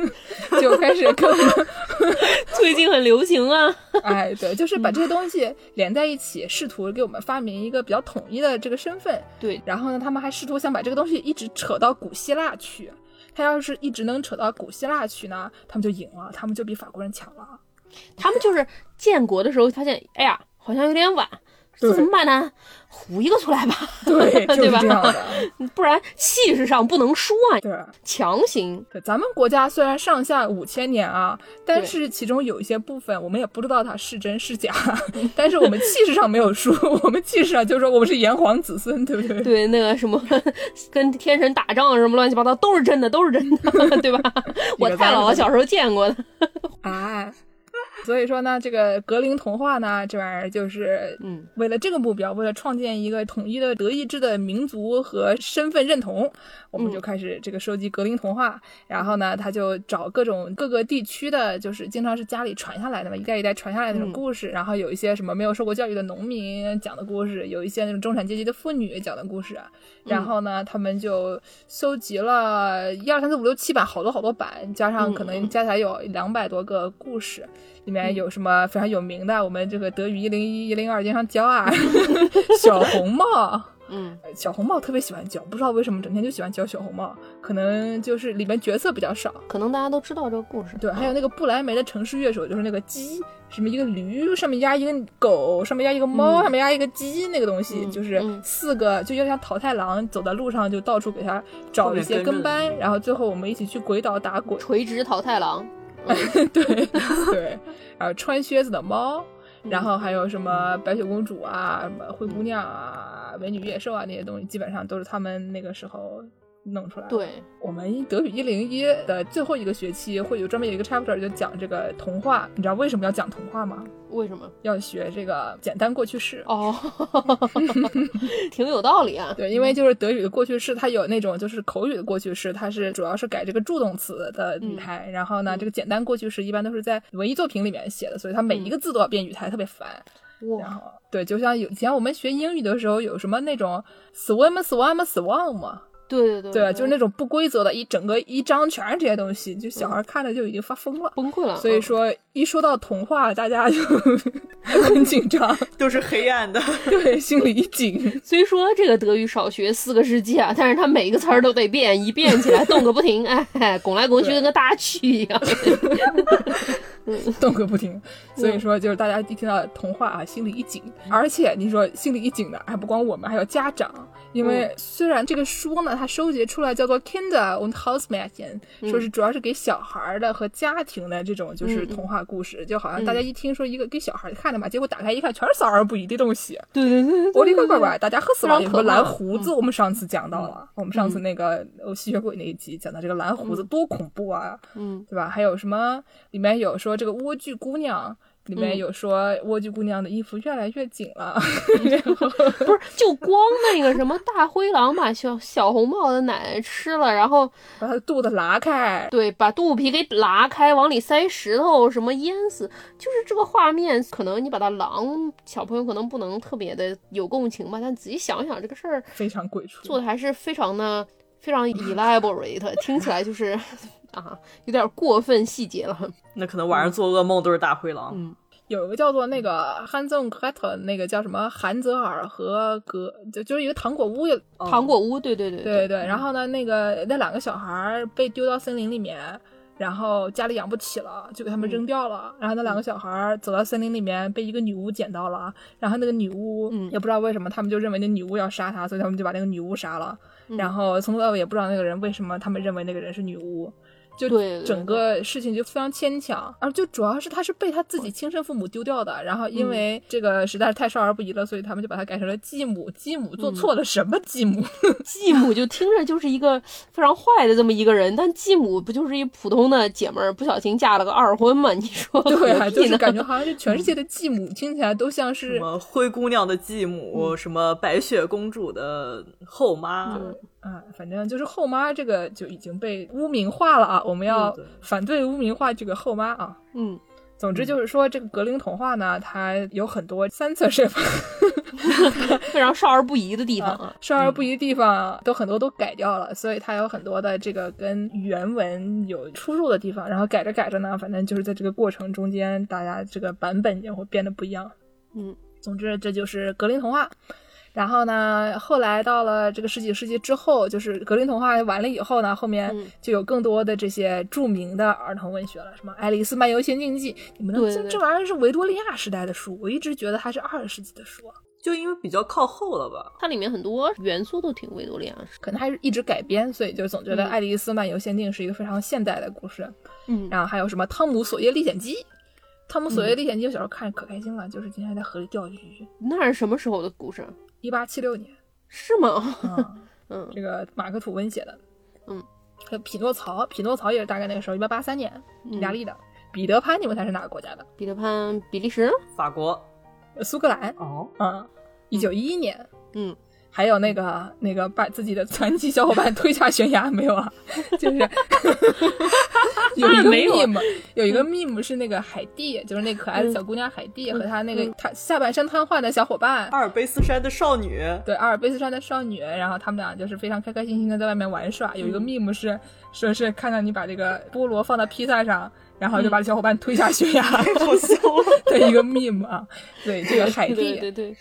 B: *laughs* 就开始跟我们 *laughs*
A: 最近很流行啊。
B: 哎，对，就是把这些东西连在一起，试图给我们发明一个比较统一的这个身份。
A: 对，
B: 然后呢，他们还试图想把这个东西一直扯到古希腊去。他要是一直能扯到古希腊去呢，他们就赢了，他们就比法国人强了。 *laughs*
A: 他们就是建国的时候发现，哎呀，好像有点晚，
B: 对
A: 这怎么办呢？糊一个出来吧， *laughs*
B: 对，就是
A: 对吧
B: 这样的。
A: 不然气势上不能输啊，
B: 对，
A: 强行。
B: 对，咱们国家虽然上下五千年啊，但
A: 对
B: 是其中有一些部分我们也不知道它是真是假，但是我们气势上没有输，我们气势上就是说我们是炎黄子孙，对不对？
A: 对，那个什么，跟天神打仗啊什么乱七八糟都是 *laughs* 真的，都是真的，对吧？我太姥姥小时候见过的。
B: 哎，所以说呢，这个格林童话呢，这玩意儿就是
A: 嗯，
B: 为了这个目标，为了创建一个统一的德意志的民族和身份认同，我
A: 嗯
B: 们就开始这个收集格林童话。然后呢，他就找各种各个地区的，就是经常是家里传下来的嘛，一代一代传下来的那种
A: 嗯
B: 故事。然后有一些什么没有受过教育的农民讲的故事，有一些那种中产阶级的妇女讲的故事。啊然
A: 嗯
B: 后呢，他们就搜集了一二三四五六七版，好多好多版，加上
A: 嗯
B: 可
A: 嗯
B: 能
A: 嗯
B: 加起来有两百多个故事。里面有什么非常有名的？我们这个德语一零一、一零二经常教
A: *laughs*
B: 啊，小红帽。
A: 嗯，
B: 小红帽特别喜欢教，不知道为什么整天就喜欢教小红帽，可能就是里面角色比较少。
A: 可能大家都知道这个故事。
B: 对，还有
C: 嗯
B: 那个布莱梅的城市乐手，就是那个鸡，什么一个驴上面压一个狗，上面压一个猫，
A: 嗯
B: 上面压一个鸡，那个东西、
A: 嗯
B: 就是
A: 嗯
B: 四个，就有点像桃太郎，走在路上就到处给它找一些
C: 后面跟着
B: 跟
C: 嗯
B: 班，然后最后我们一起去鬼岛打
C: *laughs*
B: 鬼。
A: 垂直淘汰狼，
B: 对对，然后穿靴子的猫，
C: 嗯
B: 然后还有什么白雪公主啊、什么灰姑娘啊、美女野兽啊那些东西，基本上都是他们那个时候弄出来
A: 嗯
B: 的。，
A: 对，
B: 我们德语一零一的最后一个学期会有专门有一个 chapter 就讲这个童话，你知道为什么要讲童话吗？
A: 为什么？
B: 要学这个简单过去式。
A: 哦， *laughs* 挺有道理啊。
B: 对，因为就是德语的过去式，它有那种就是口语的过去式，它是主要是改这个助动词的语态。然后呢，
A: 嗯
B: 这个简单过去式一般都是在文艺作品里面写的，所以它每一个字都要变语态，特别烦。然
A: 嗯哇，
B: 后对，就像有以前我们学英语的时候，有什么那种 swim swim swim 嘛，
A: 对对对
B: 对吧？就是那种不规则的，一整个一张全是这些东西，就
A: 嗯
B: 小孩看着就已经发疯了。
A: 崩溃了。嗯
B: 所以说，一说到童话，大家就 *laughs* 很紧张，
C: 都是黑暗的。
B: 对，心里一紧
A: 嗯，。虽说这个德语少学四个世纪啊，但是它每一个词儿都得变，一变起来动个不停，哎，拱来拱去
B: 对
A: 跟个大蛆一样。
B: 动个不停，所
A: 嗯
B: 以说就是大家一听到童话啊，心里一紧，而且你说心里一紧的还不光我们，还有家长，因为
A: 嗯
B: 虽然这个书呢，它收集出来叫做 Kinder und Hausmärchen，、说是主要是给小孩儿的和家庭的这种就是
A: 嗯嗯
B: 童话故事，就好像大家一听说一个给小孩儿看的嘛，结果打开一看全是小孩儿不一的东西，
A: *laughs* 对对对
B: *laughs* 我的乖乖乖，大家喝死了！
A: 非
B: 有
A: 常
B: 什么
A: 可怕嗯
B: 蓝胡子？我们上次讲到了，我们上次那个呃吸血鬼那一集讲到这个蓝胡子多恐怖啊，
A: 嗯，
B: 对吧？还有什么里面有说这个莴苣姑娘。里
A: 嗯
B: 面有说莴苣姑娘的衣服越来越紧了， *laughs*
A: 不是，就光那个什么大灰狼把小小红帽的奶吃了，然后
B: 把她的肚子拉开，
A: 对，把肚皮给拉开，往里塞石头，什么淹死，就是这个画面。可能你把它狼小朋友可能不能特别的有共情吧，但仔细想想这个事儿
B: 非常鬼畜。
A: 做的还是非常的非
B: *laughs*
A: 常 elaborate，听起来就是啊有点过分细节了。
C: 那可能晚上做噩梦都是大灰狼。
A: 嗯，
B: 有一个叫做那个 Hans und Gretel，那个叫什么韩泽尔和格，就就是一个糖果屋有
C: 哦
A: 糖果屋，对对嗯对
B: 哦对对，然后呢，那个那两个小孩儿被丢到森林里面，然后家里养不起了，就给
A: 嗯
B: 他们扔掉了。然后那两个小孩儿走到森林里面，被一个女巫捡到了，然后那个女巫、
A: 嗯
B: 也不知道为什么，他们就认为那女巫要杀他，所以他们就把那个女巫杀了。
A: 嗯
B: 然后从头到尾也不知道那个人为什么他们认为那个人是女巫。就
A: 对对对
B: 整个事情就非常牵强，而就主要是他是被他自己亲生父母丢掉的，然后
A: 嗯
B: 因为这个实在是太少儿不宜了，所以他们就把他改成了继母。继母
A: 嗯
B: 做错了什么？继母？
A: 继母就听着就是一个非常坏的这么一个人，但继母不就是一普通的姐们儿，不小心嫁了个二婚嘛？你说
B: *laughs* 对啊，
A: 何必
B: 就是
A: 呢
B: 感觉好像是全世界的继
C: *laughs*
B: 母，听起来都像是
C: 什么灰姑娘的继母，
A: 嗯
C: 什么白雪公主的后妈，
B: 啊，反正就是后妈这个就已经被污名化了啊！我们要
C: 嗯对
B: 反对污名化这个后妈啊。
A: 嗯，
B: 总之就是说，这个格林童话呢，它有很多三侧身份，
A: 非常少儿不宜的地方啊。
B: 少儿不宜的地方都很多都改掉了，所以它有很多的这个跟原文有出入的地方。然后改着改着呢，反正就是在这个过程中间，大家这个版本也会变得不一样。
A: 嗯，
B: 总之这就是格林童话。然后呢，后来到了这个十几世纪之后，就是格林童话完了以后呢，后面
A: 嗯
B: 就有更多的这些著名的儿童文学了，什么《爱丽丝漫游仙境记》，你们能
A: 对
B: 这
A: 对
B: 这玩意儿是维多利亚时代的书，我一直觉得它是二十世纪的书啊，
C: 就因为比较靠后了吧？
A: 它里面很多元素都挺维多利亚式。
B: 可能还是一直改编，所以就总觉得《
A: 嗯
B: 爱丽丝漫游仙境》是一个非常现代的故事。
A: 嗯
B: 然后还有什么《汤姆索耶历险记》，《汤姆索耶历险记》我小时候看可开心了，就是经常在河里钓鱼。
A: 那是什么时候的故事啊？
B: 一八七六年，
A: 是吗？
B: 啊。
A: 嗯
B: *laughs* 这个马克吐温写的，
A: 嗯，
B: 还有匹诺曹，匹诺曹也是大概那个时候，一八八三年，
A: 嗯
B: 意大利的。彼得潘，你们猜是哪个国家的？呃
A: 彼得潘，嗯比利时，
C: 法国
B: 苏格兰。
C: 哦，
B: 嗯，一九一一年，
A: 嗯，
B: 还有那个那个把自己的残疾小伙伴推下悬崖没有啊？就是
A: *laughs*
B: *laughs* 有一个
C: 没有啊
B: meme，有一个 meme 是那个海蒂，就是那可爱的小姑娘海蒂和她那个她下半身瘫痪的小伙伴。
C: 阿尔卑斯山的少女，
B: 对阿尔卑斯山的少女，然后他们俩就是非常开开心心的在外面玩耍。有一个 meme 是说是看到你把这个菠萝放到披萨上，然后就把小伙伴推下悬崖
C: 好笑啊！
B: 的一个 meme 啊。对，这个海蒂，
A: 对对对，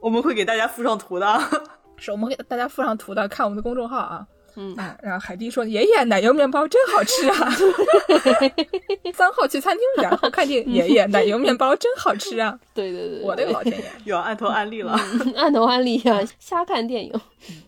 C: 我们会给大家附上图的 *laughs* 啊。
B: 是我们给大家附上图的，看我们的公众号啊。
A: 嗯
B: 啊，然后海蒂说：“爷爷，奶油面包真好吃啊！”三号去餐厅，然后看见爷爷奶油面包真好吃啊！
A: 对对对，
B: 我的个老天爷！
C: 有按头案例了，
A: 对 *laughs* 按头安利啊，瞎看
B: *laughs*
A: 电影，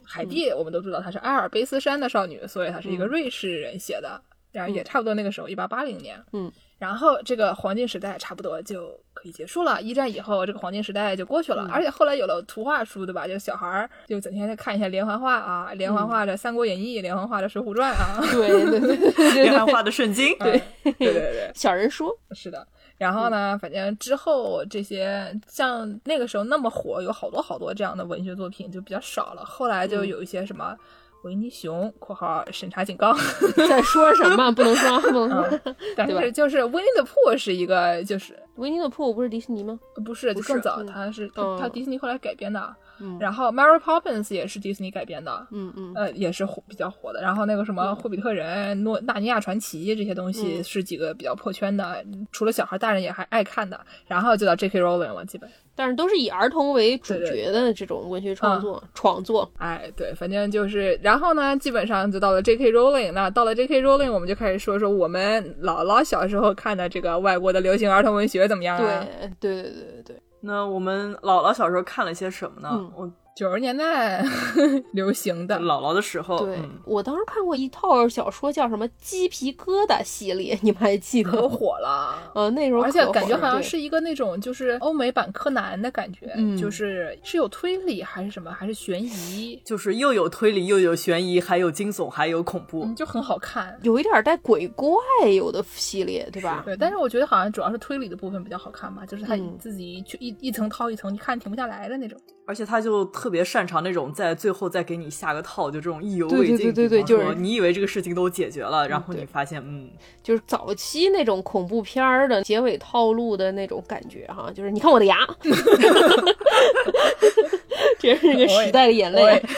B: 海蒂我们都知道她是阿尔卑斯山的少女，所以她是
A: 嗯
B: 一个瑞士人写的，然后也差不多那个时候一八八零年，
A: 嗯，
B: 然后这个黄金时代差不多就可以结束了，一战以后这个黄金时代就过去了，
A: 嗯
B: 而且后来有了图画书，对吧？就小孩儿就整天在看一下连环画啊，连
A: 嗯
B: 环画的《三国演义》，连环画的《水浒传》啊， *laughs*
A: 对对对对对嗯
C: 连环
A: 对，
C: 画的圣经。
B: 对对对对。
A: 小人书，
B: 是的。然后
A: 嗯
B: 呢，反正之后这些像那个时候那么火，有好多好多这样的文学作品就比较少了。后来
A: 嗯
B: 就有一些什么维尼熊（括号审查警告），
A: *laughs* 在说什么？不能说，不能说。
B: *laughs* 但
A: 嗯对吧
B: 是就是维尼的铺是一个就是。
A: 维尼的铺不是迪士尼吗？
B: 不是，就
C: 不是
B: 更早，
A: 嗯
B: 它是
A: 嗯
B: 它迪士尼后来改编的，
A: 嗯
B: 然后《Mary Poppins》也是迪士尼改编的，
A: 嗯嗯
B: 呃，也是火比较火的。然后那个什么《霍比特人》《诺纳尼亚传奇》这些东西
A: 嗯
B: 是几个比较破圈的，除了小孩，大人也还爱看的。然后就到 J.K. Rowling 了，基本。
A: 但是都是以儿童为主
B: 对对嗯
A: 角的这种文学创作、创作。
B: 哎，对，反正就是，然后呢，基本上就到了 J.K. Rowling 那，到了 J.K. Rowling，我们就开始说说我们姥姥小时候看的这个外国的流行儿童文学怎么样啊？
A: 对对对对对对，
C: 那我们姥姥小时候看了些什么呢？
A: 嗯
C: 我
B: 九十年代 *laughs* 流行的，
C: 姥姥的时
B: 哦
C: 候，
A: 对
C: 嗯
A: 我当时看过一套小说，叫什么《鸡皮疙瘩》系列， *laughs* 你们还记得
B: 可
A: 吗？
B: 火了。
A: 呃，那时候
B: 哦而且
A: 可
B: 感觉
A: 火了
B: 好像
A: 对
B: 是一个那种就是欧美版柯南的感觉，
A: 嗯
B: 就是是有推理还是什么，还是悬疑，
C: 就是又有推理，又有悬疑，还有惊悚，还有恐怖。
B: 嗯，就很好看。
A: 有一点儿带鬼怪有的系列，对吧？
B: 对，但是我觉得好像主要是推理的部分比较好看吧，就是它
A: 嗯
B: 自己去一一层套一层，你看停不下来的那种。
C: 而且他就特别擅长那种在最后再给你下个套，就这种意犹
A: 对
C: 未尽。
A: 对对对对
C: 比方说
A: 就是
C: 你以为这个事情都解决了，然后
A: 对
C: 你发现，嗯，
A: 就是早期那种恐怖片儿的结尾套路的那种感觉哈，就是你看我的
B: *laughs*
A: 牙，这是个时代的眼
B: 我也
A: 泪。 *laughs*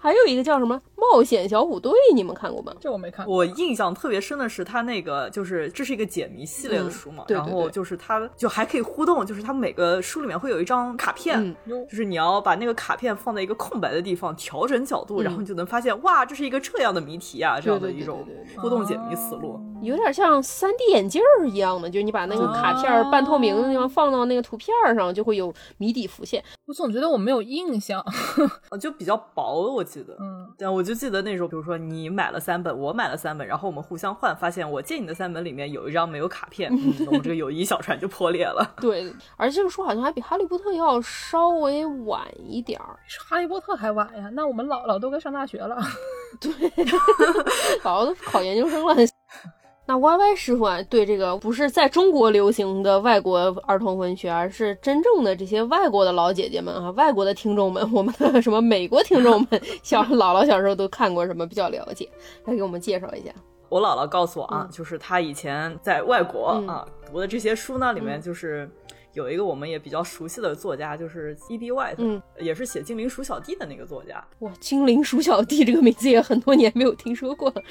A: 还有一个叫什么《冒险小虎队》，你们看过吗？
B: 这我没看过。
C: 我印象特别深的是他那个，就是这是一个解谜系列的书嘛，
A: 嗯对对
C: 然后
A: 对
C: 就是他就还可以互动，就是他每个书里面会有一张卡片。
A: 嗯
B: 哟
C: 就是你要把那个卡片放在一个空白的地方，调整角度，
A: 嗯
C: 然后你就能发现，哇，这是一个这样的谜题啊，这样的
A: 对对
C: 一种
A: 对对对哦
C: 互动解谜思
B: 啊
C: 路。
A: 有点像三 D 眼镜儿一样的，就是你把那个卡片儿
B: 哦
A: 半透明的地方放到那个图片儿上，就会有谜底浮现。
B: 我总觉得我没有印象。
C: 呃，就比较薄，我记得。
B: *laughs* 嗯，
C: 但我就记得那时候，比如说你买了三本，我买了三本，然后我们互相换，发现我借你的三本里面有一张没有卡片，嗯，我们这个友谊小船就破裂了。
A: 对，而这个书好像还比《哈利波特》要稍微晚一点儿。
B: 哈利波特还晚呀，那我们姥姥都该上大学
C: *laughs*
B: 了。
A: 宝宝都考研究生了。那 Y Y 师傅啊，对这个不是在中国流行的外国儿童文学，而是真正的这些外国的老姐姐们啊，外国的听众们，我们的什么美国听众们，小姥姥小时候都看过什么比较了解，来给我们介绍一下。
C: 我姥姥告诉我啊，
A: 嗯
C: 就是她以前在外国、
A: 嗯
C: 啊读的这些书呢，里面
A: 嗯
C: 就是有一个我们也比较熟悉的作家，就是 E.B. White，、
A: 嗯
C: 也是写《精灵鼠小弟》的那个作家。
A: 哇，精灵鼠小弟这个名字也很多年没有听说过了。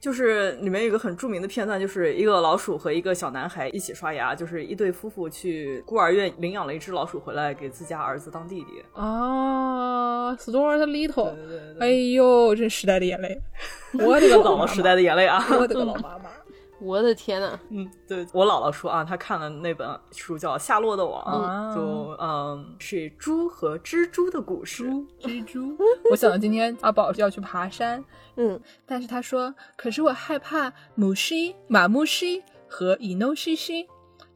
C: 就是里面有一个很著名的片段，就是一个老鼠和一个小男孩一起刷牙，就是一对夫妇去孤儿院领养了一只老鼠回来给自家儿子当弟弟。
B: 啊，Stuart
C: 对
B: Little，
C: 对对对
B: 哎呦，这时代的眼
C: *laughs*
B: 泪，我的个老
C: 姥
B: 妈妈
C: *laughs* 姥时代，的眼泪啊！
B: 我的个老
C: *laughs*
B: 妈妈。
A: 我的天呐，
C: 嗯，对我姥姥说啊，她看了那本书叫《夏洛的网》，
B: 嗯
C: 就嗯是猪和蜘蛛的故事。
B: 猪蜘蛛，我想到今天阿宝要去爬山，
A: 嗯，
B: 但是他说，可是我害怕母蜥、马木蜥和伊诺西西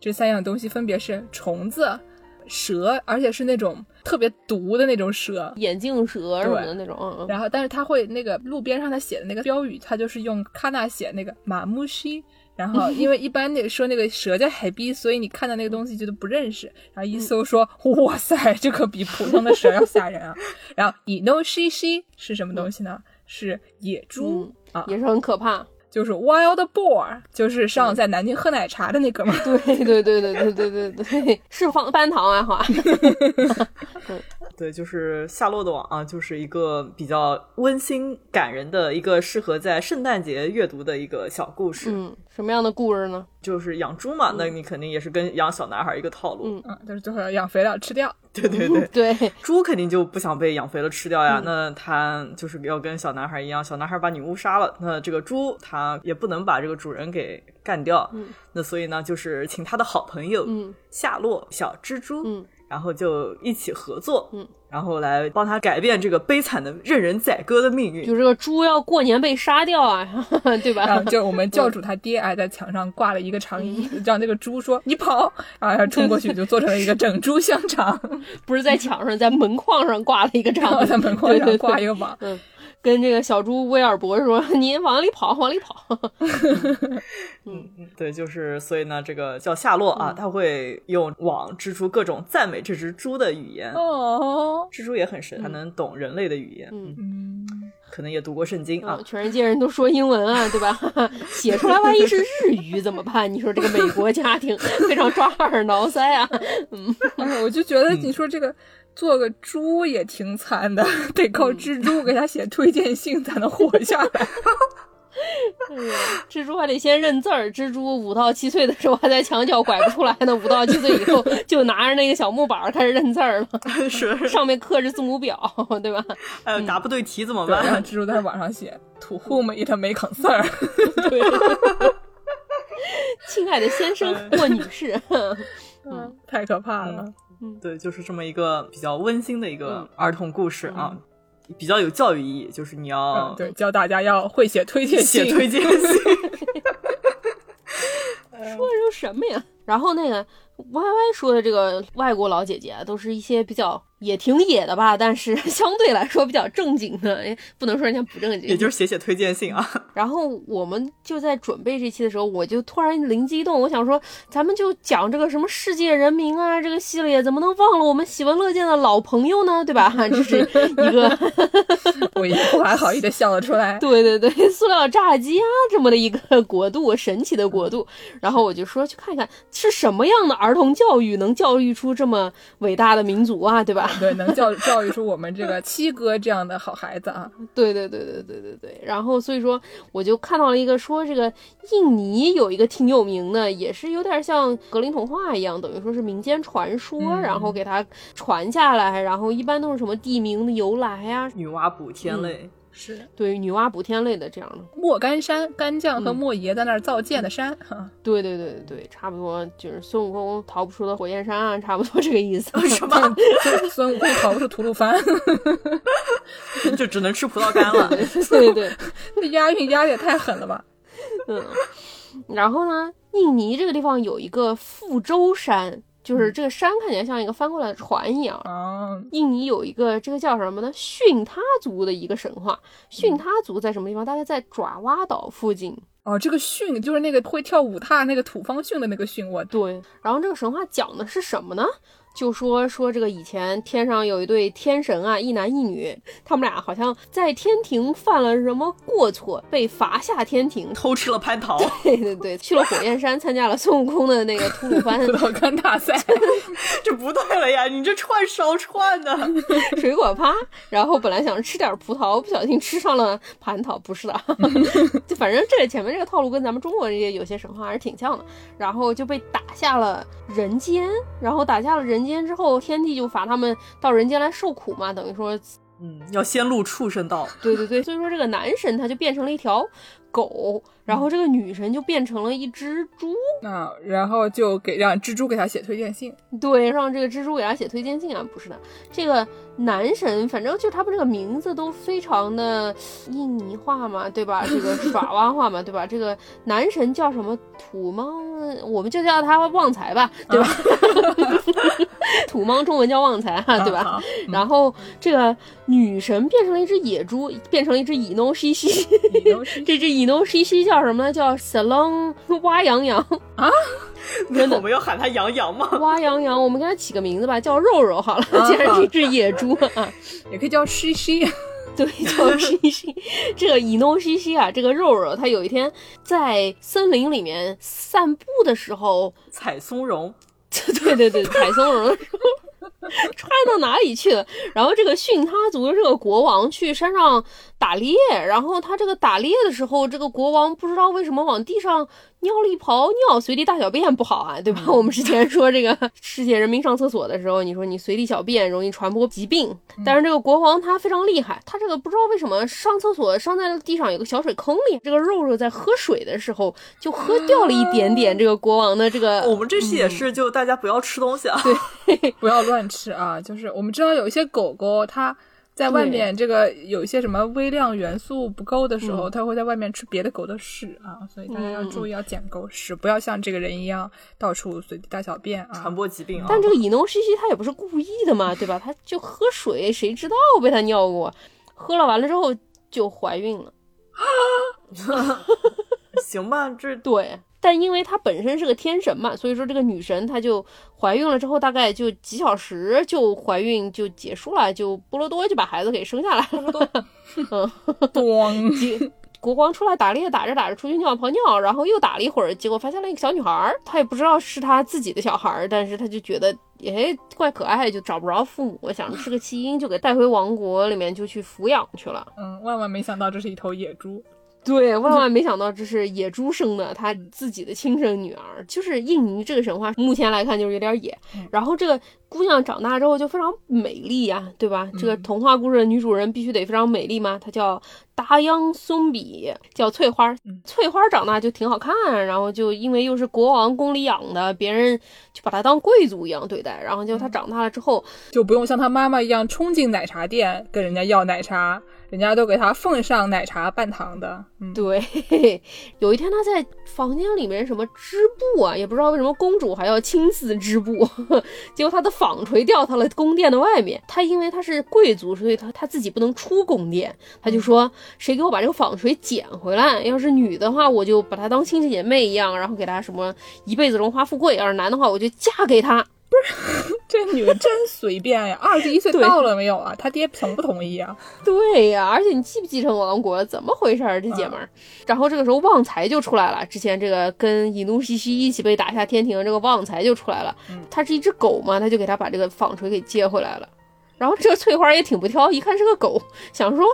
B: 这三样东西，分别是虫子、蛇，而且是那种特别毒的那种蛇。
A: 眼镜蛇什么的那种，嗯嗯
B: 然后，但是他会那个路边上他写的那个标语，他就是用卡纳写那个马木西，然后因为一般那个说那个蛇叫海逼，所以你看到那个东西觉得不认识，然后一搜说，哇塞，这可比普通的蛇要吓人啊！ *laughs* 然后 i n o s h i 是什么东西呢？是野猪、啊，
A: 也是很可怕。
B: 就是 Wild Boar，就是上在南京喝奶茶的那哥们儿。
A: 对对对对对对对对，是方班堂啊华。
C: 对，就是《夏洛的网》啊，就是一个比较温馨感人的一个适合在圣诞节阅读的一个小故事。
A: 嗯，什么样的故事呢？
B: *laughs*
C: 就是养猪嘛，那你肯定也是跟养小男孩一个套路。
A: 嗯
B: 嗯，就是最后要养肥了吃掉。
C: 对对对，
A: 对，
C: *laughs* 猪肯定就不想被养肥了吃掉呀。那它就是要跟小男孩一样，小男孩把女巫杀了，那这个猪它也不能把这个主人给干掉。
A: 嗯
C: 那所以呢，就是请他的好朋友
A: *laughs* 嗯
C: 夏洛小蜘蛛，
A: 嗯
C: 然后就一起合作，
A: 嗯，
C: 然后来帮他改变这个悲惨的任人宰割的命运。
A: 就这个猪要过年被杀掉啊， *laughs* 对
B: 然
A: 吧
B: 后？就是我们
C: 嗯
B: 教主他爹啊，在墙上挂了一个长衣，让那个猪说你跑，啊然后他冲过去就做成了一个整猪香肠，
A: 不是在墙上，在门框上挂了一个
B: 然后
A: 章，
B: *laughs* 在门框上挂一
A: 个。
B: 个网。
A: 嗯，跟这个小猪威尔伯说：“你往里跑，往里跑。
B: 啊
C: 对，就是所以呢，这个叫夏洛啊，他会用网织出各种赞美这只猪的语言。
B: 哦，
C: 蜘蛛也很神，它能懂人类的语言，
A: 嗯
B: 嗯，
C: 可能也读过圣经啊
A: 嗯，。全世界人都说英文啊， *laughs* 对吧？写出来万一是日语怎么办？你说这个美国家庭 *laughs* 非常抓耳挠腮啊！
B: *laughs*
A: *laughs*
B: 哎，我就觉得你说这个。做个猪也挺惨的，得
C: 嗯
B: 靠蜘蛛给他写推荐信才能活下
C: *laughs*
B: 来。
A: 哎呀，蜘蛛还得先认字儿。蜘蛛五到七岁的时候还在墙角拐不出来呢，五到七岁以后就拿着那个小木板儿开始认字儿了，
C: 是， *laughs*
A: 上面刻着字母表，对吧？
C: 还有呃答不嗯对题怎么
B: 对，然后
C: 办？
B: 蜘蛛在网上写 “to whom it may concern”，
A: 对，亲爱的先生
C: 哎
A: 或女士，
B: *laughs*
A: *laughs*
B: 太可怕
C: 嗯
B: 了。
C: *laughs* 对，就是这么一个比较温馨的一个儿童故事啊，比较有教育意义，就是你要
B: 嗯，对，教大家要会写推荐信
C: 哦写。推荐 *laughs* 信。嗯
A: 说的都什么呀？然后那个 Y Y 说的这个外国老姐姐啊，都是一些比较也挺野的吧，但是 *laughs* 相对来说比较正经的，哎不能说人家不正经。
C: 也就是写写推荐信啊。
A: 然后我们就在准备这期的时候，我就突然灵机一动，我想说，咱们就讲这个什么世界人民啊，这个系列怎么能忘了我们喜闻乐见的老朋友呢？对吧？ *laughs* 这是一个。
B: 我也不怀好意的笑了出
A: *laughs*
B: 来。
A: 对对对，塑料炸鸡啊，这么的一个国度，神奇的国度。然后我就说去看看是什么样的儿童教育能教育出这么伟大的民族啊，对吧？
B: 对，能教教育出我们这个七哥这样的好孩子啊！
A: 对对对对对对对。然后所以说，我就看到了一个说这个印尼有一个挺有名的，也是有点像格林童话一样，等于说是民间传说，
B: 嗯
A: 然后给它传下来，然后一般都是什么地名的由来啊，
C: *laughs* 女娲补天嘞，
B: 是
A: 对女娲补天类的这样的。
B: 莫干山干将和莫邪在那儿造建的山，哈
A: 对对对对对，差不多就是孙悟空逃不出的火焰山啊，差不多 *laughs* 这个意思。
C: *laughs* 什 *laughs* 么
B: 孙孙悟空逃不出吐鲁番， *laughs*
C: 就只能吃葡萄干了。
A: 对对，
B: 这押韵押的也太狠了吧！
A: 嗯。然后呢，印尼这个地方有一个富州山，就是这个山看起来像一个翻过来的船一样。
B: 啊，
A: 印尼有一个这个叫什么呢？逊他族的一个神话。逊他族在什么地方？大概在爪哇岛附近。
B: 哦，这个训就是那个会跳舞踏那个土方训的那个训，我
A: 对，然后这个神话讲的是什么呢？就说说这个以前天上有一对天神啊，一男一女，他们俩好像在天庭犯了什么过错，被罚下天庭。*laughs*
C: *laughs* 偷吃了蟠桃，
A: 对对对，去了火焰山，参加了孙悟空的那个吐鲁番
B: 葡萄干大赛，
C: *laughs*
B: *laughs*
C: 这不对了呀！你这串烧串的，
A: 水果趴，然后本来想吃点葡萄，不小心吃上了蟠桃，不是的， *laughs* 就反正这前面这个套路跟咱们中国这些有些神话还是挺像的，然后就被打下了人间，然后打下了人间之后，天帝就罚他们到人间来受苦嘛，等于说，
C: *laughs* 嗯，要先入畜生 *laughs* 道。
A: 对对对，所以说这个男神他就变成了一条狗，然后这个女神就变成了一只猪，
B: 啊，然后就给让蜘蛛给他写推荐信，
A: 对，让这个蜘蛛给他写推荐信啊，不是的，这个男神，反正就他们这个名字都非常的印尼话嘛，对吧？ *laughs* 这个爪哇话嘛，对吧？这个男神叫什么土芒，我们就叫他旺财吧，对吧？ *laughs* 土芒中文叫旺财哈、对吧？
B: 啊？好
A: 然后这个女神变成了一只野猪，变成了一只以诺西西。
B: 你都是
A: *laughs* 这只以东西西叫什么呢？叫 Salon 蛙羊羊，真的
C: 我们要喊他杨洋吗？
A: 蛙羊羊，我们给它起个名字吧，叫肉肉好了。 *laughs* 既然是一只野猪啊，
B: 也可以叫西西。
A: 对，叫西西。这个以东西西啊，这个肉肉，它有一天在森林里面散步的时候，
C: *laughs* 采松茸，
A: *laughs* 对对对，采松 *laughs* 茸的时候。穿到哪里去了？然后这个逊他族的这个国王去山上打猎，然后他这个打猎的时候，这个国王不知道为什么往地上尿了一泡尿，随地大小便不好啊， *laughs* 对吧？我们之前说这个世界人民上厕所的时候，你说你随地小便容易传播疾病，但是这个国王他非常厉害，他这个不知道为什么上厕所上在地上有个小水坑里，这个肉肉在喝水的时候就喝掉了一点点这个国王的这个
C: 我们这期也是，就大家不要吃东西啊。
B: 不要乱吃啊！ *laughs* 就是我们知道有一些狗狗，它在外面这个有一些什么微量元素不够的时候，它会在外面吃别的狗的屎啊，所以大家要注意要捡狗屎，不要像这个人一样到处随地大小便啊
C: 传。播疾病啊！
A: 但这个以农西西他也不是故意的嘛，对吧？他就喝水，谁知道被他尿过，喝了完了之后就怀孕了。
C: 行吧，这
A: 对，但因为她本身是个天神嘛，所以说这个女神她就怀孕了之后，大概就几小时就怀孕就结束了，就波罗多就把孩子给生下来了。 *laughs* 嗯，
B: 咣！
A: 结国王出来打猎，打着打着出去尿泡尿，然后又打了一会儿，结果发现了一个小女孩儿，他也不知道是他自己的小孩儿，但是他就觉得哎怪可爱，就找不着父母，想是个弃婴，就给带回王国里面就去抚养去了。
B: *laughs* 嗯，万万没想到这是一头野猪。
A: 对，万万没想到这是野猪生的，他自己的亲生女儿，就是印尼这个神话，目前来看就是有点野。然后这个姑娘长大之后就非常美丽呀、对吧？这个童话故事的女主人必须得非常美丽嘛，她叫达央松比，叫翠花
B: 嗯。
A: 翠花长大就挺好看，然后就因为又是国王宫里养的，别人就把她当贵族一样对待。然后就她长大了之后，
B: 就不用像他妈妈一样冲进奶茶店跟人家要奶茶，人家都给他奉上奶茶半糖的。嗯，
A: 对，有一天她在房间里面什么织布啊，也不知道为什么公主还要亲自织布， *laughs* 结果她的纺锤掉到了宫殿的外面。她因为她是贵族，所以她她自己不能出宫殿，她就说谁给我把这个纺锤捡回来？要是女的话，我就把她当亲姐妹一样，然后给她什么一辈子荣华富贵；要是男的话，我就嫁给他。
B: 这女的真随便呀！二十一岁
A: 对
B: 到了没有啊？他爹同不同意啊？
A: *laughs* 对呀、而且你继不继承王国，怎么回事儿？这姐们儿。然后这个时候旺财就出来了，之前这个跟伊努西西一起被打下天庭的这个旺财就出来了
B: 嗯，
A: 他是一只狗嘛，他就给他把这个纺锤给接回来了。然后这个翠花也挺不挑，一看是个狗， *laughs* 想说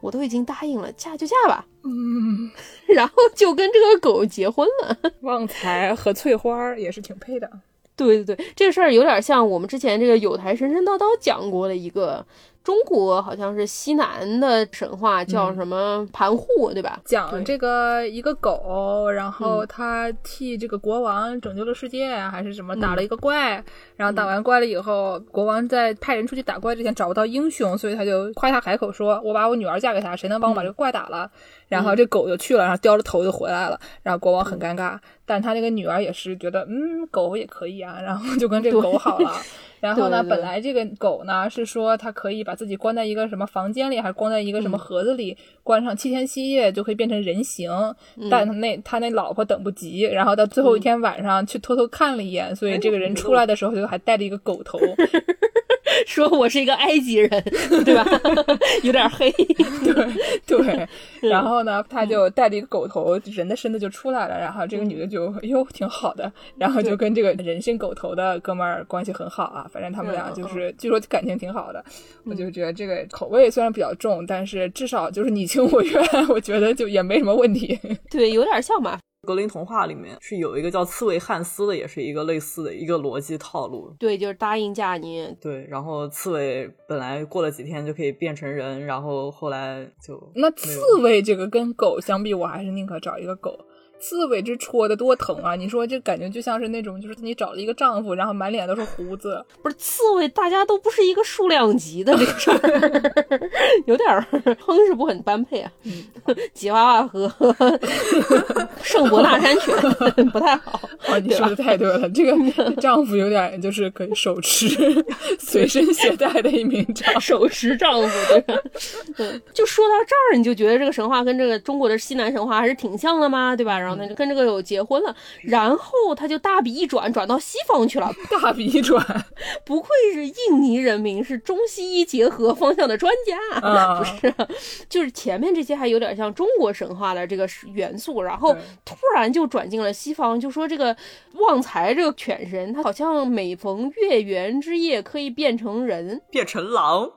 A: 我都已经答应了，嫁就嫁吧， *laughs*
B: 嗯，
A: 然后就跟这个狗结婚了。
B: 旺财和翠花儿也是挺配的。
A: 对对对，这事儿有点像我们之前这个有台神神叨叨讲过的一个中国好像是西南的神话，叫什么盘户，对吧？对
B: 讲这个一个狗，然后
A: 嗯
B: 它替这个国王拯救了世界，啊还是什么
A: 嗯
B: 打了一个怪，然后打完怪了以后，国王在派人出去打怪之前找不到英雄，所以他就夸下海口说：“我把我女儿嫁给他，谁能帮我把
A: 嗯
B: 这个怪打了？”然后这狗就去了，然后叼着头就回来了，然后国王
A: 嗯
B: 很尴尬，但他那个女儿也是觉得嗯，狗也可以啊，然后就跟这个狗好了。然后呢，
A: 对对
B: 本来这个狗呢是说它可以把自己关在一个什么房间里，还是关在一个什么
A: 嗯
B: 盒子里，关上七天七夜就可以变成人形。
A: 嗯
B: 但那他那老婆等不及，然后到最后一天晚上去偷偷看了一眼，
A: 哎
B: 所以这个人出来的时候就还带着一个狗头。
A: 说我是一个埃及人，对吧？ *laughs* 有点黑。
B: *laughs* 对对，然后呢，他就带着一个狗头，人的身子就出来了。然后这个女的就哟挺好的，然后就跟这个人身狗头的哥们儿关系很好啊。反正他们俩就是，据说感情挺好的。我就觉得这个口味虽然比较重，但是至少就是你情我愿，我觉得就也没什么问题。
A: 对，有点像吧。
C: 格林童话里面是有一个叫刺猬汉斯的，也是一个类似的一个逻辑套路。
A: 对，就是答应嫁你。
C: 对，然后刺猬本来过了几天就可以变成人，然后后来就
B: 那
C: 没有
B: 刺猬这个跟狗相比，我还是宁可找一个狗。刺猬这戳的多疼啊！你说这感觉就像是那种，就是你找了一个丈夫，然后满脸都是胡子，
A: 不是刺猬，大家都不是一个数量级的这个事儿， *laughs* 有点儿哼是不很般配啊。吉娃娃和 *laughs* 圣伯纳山犬不太 *laughs* 好，
B: 啊，你说的太对了，这个丈夫有点就是可以手持随身携带的一名丈夫。
A: 手持丈夫，对吧？ *laughs* 对，就说到这儿，你就觉得这个神话跟这个中国的西南神话还是挺像的嘛，对吧？然后他就跟这个有结婚了，然后他就大笔一转，转到西方去了。
B: 大笔转，
A: 不愧是印尼人民，是中西医结合方向的专家， *laughs*
B: 啊
A: 不是？就是前面这些还有点像中国神话的这个元素，然后
B: 对
A: 突然就转进了西方，就说这个旺财这个犬神，它好像每逢月圆之夜可以变成人，
C: 变成狼，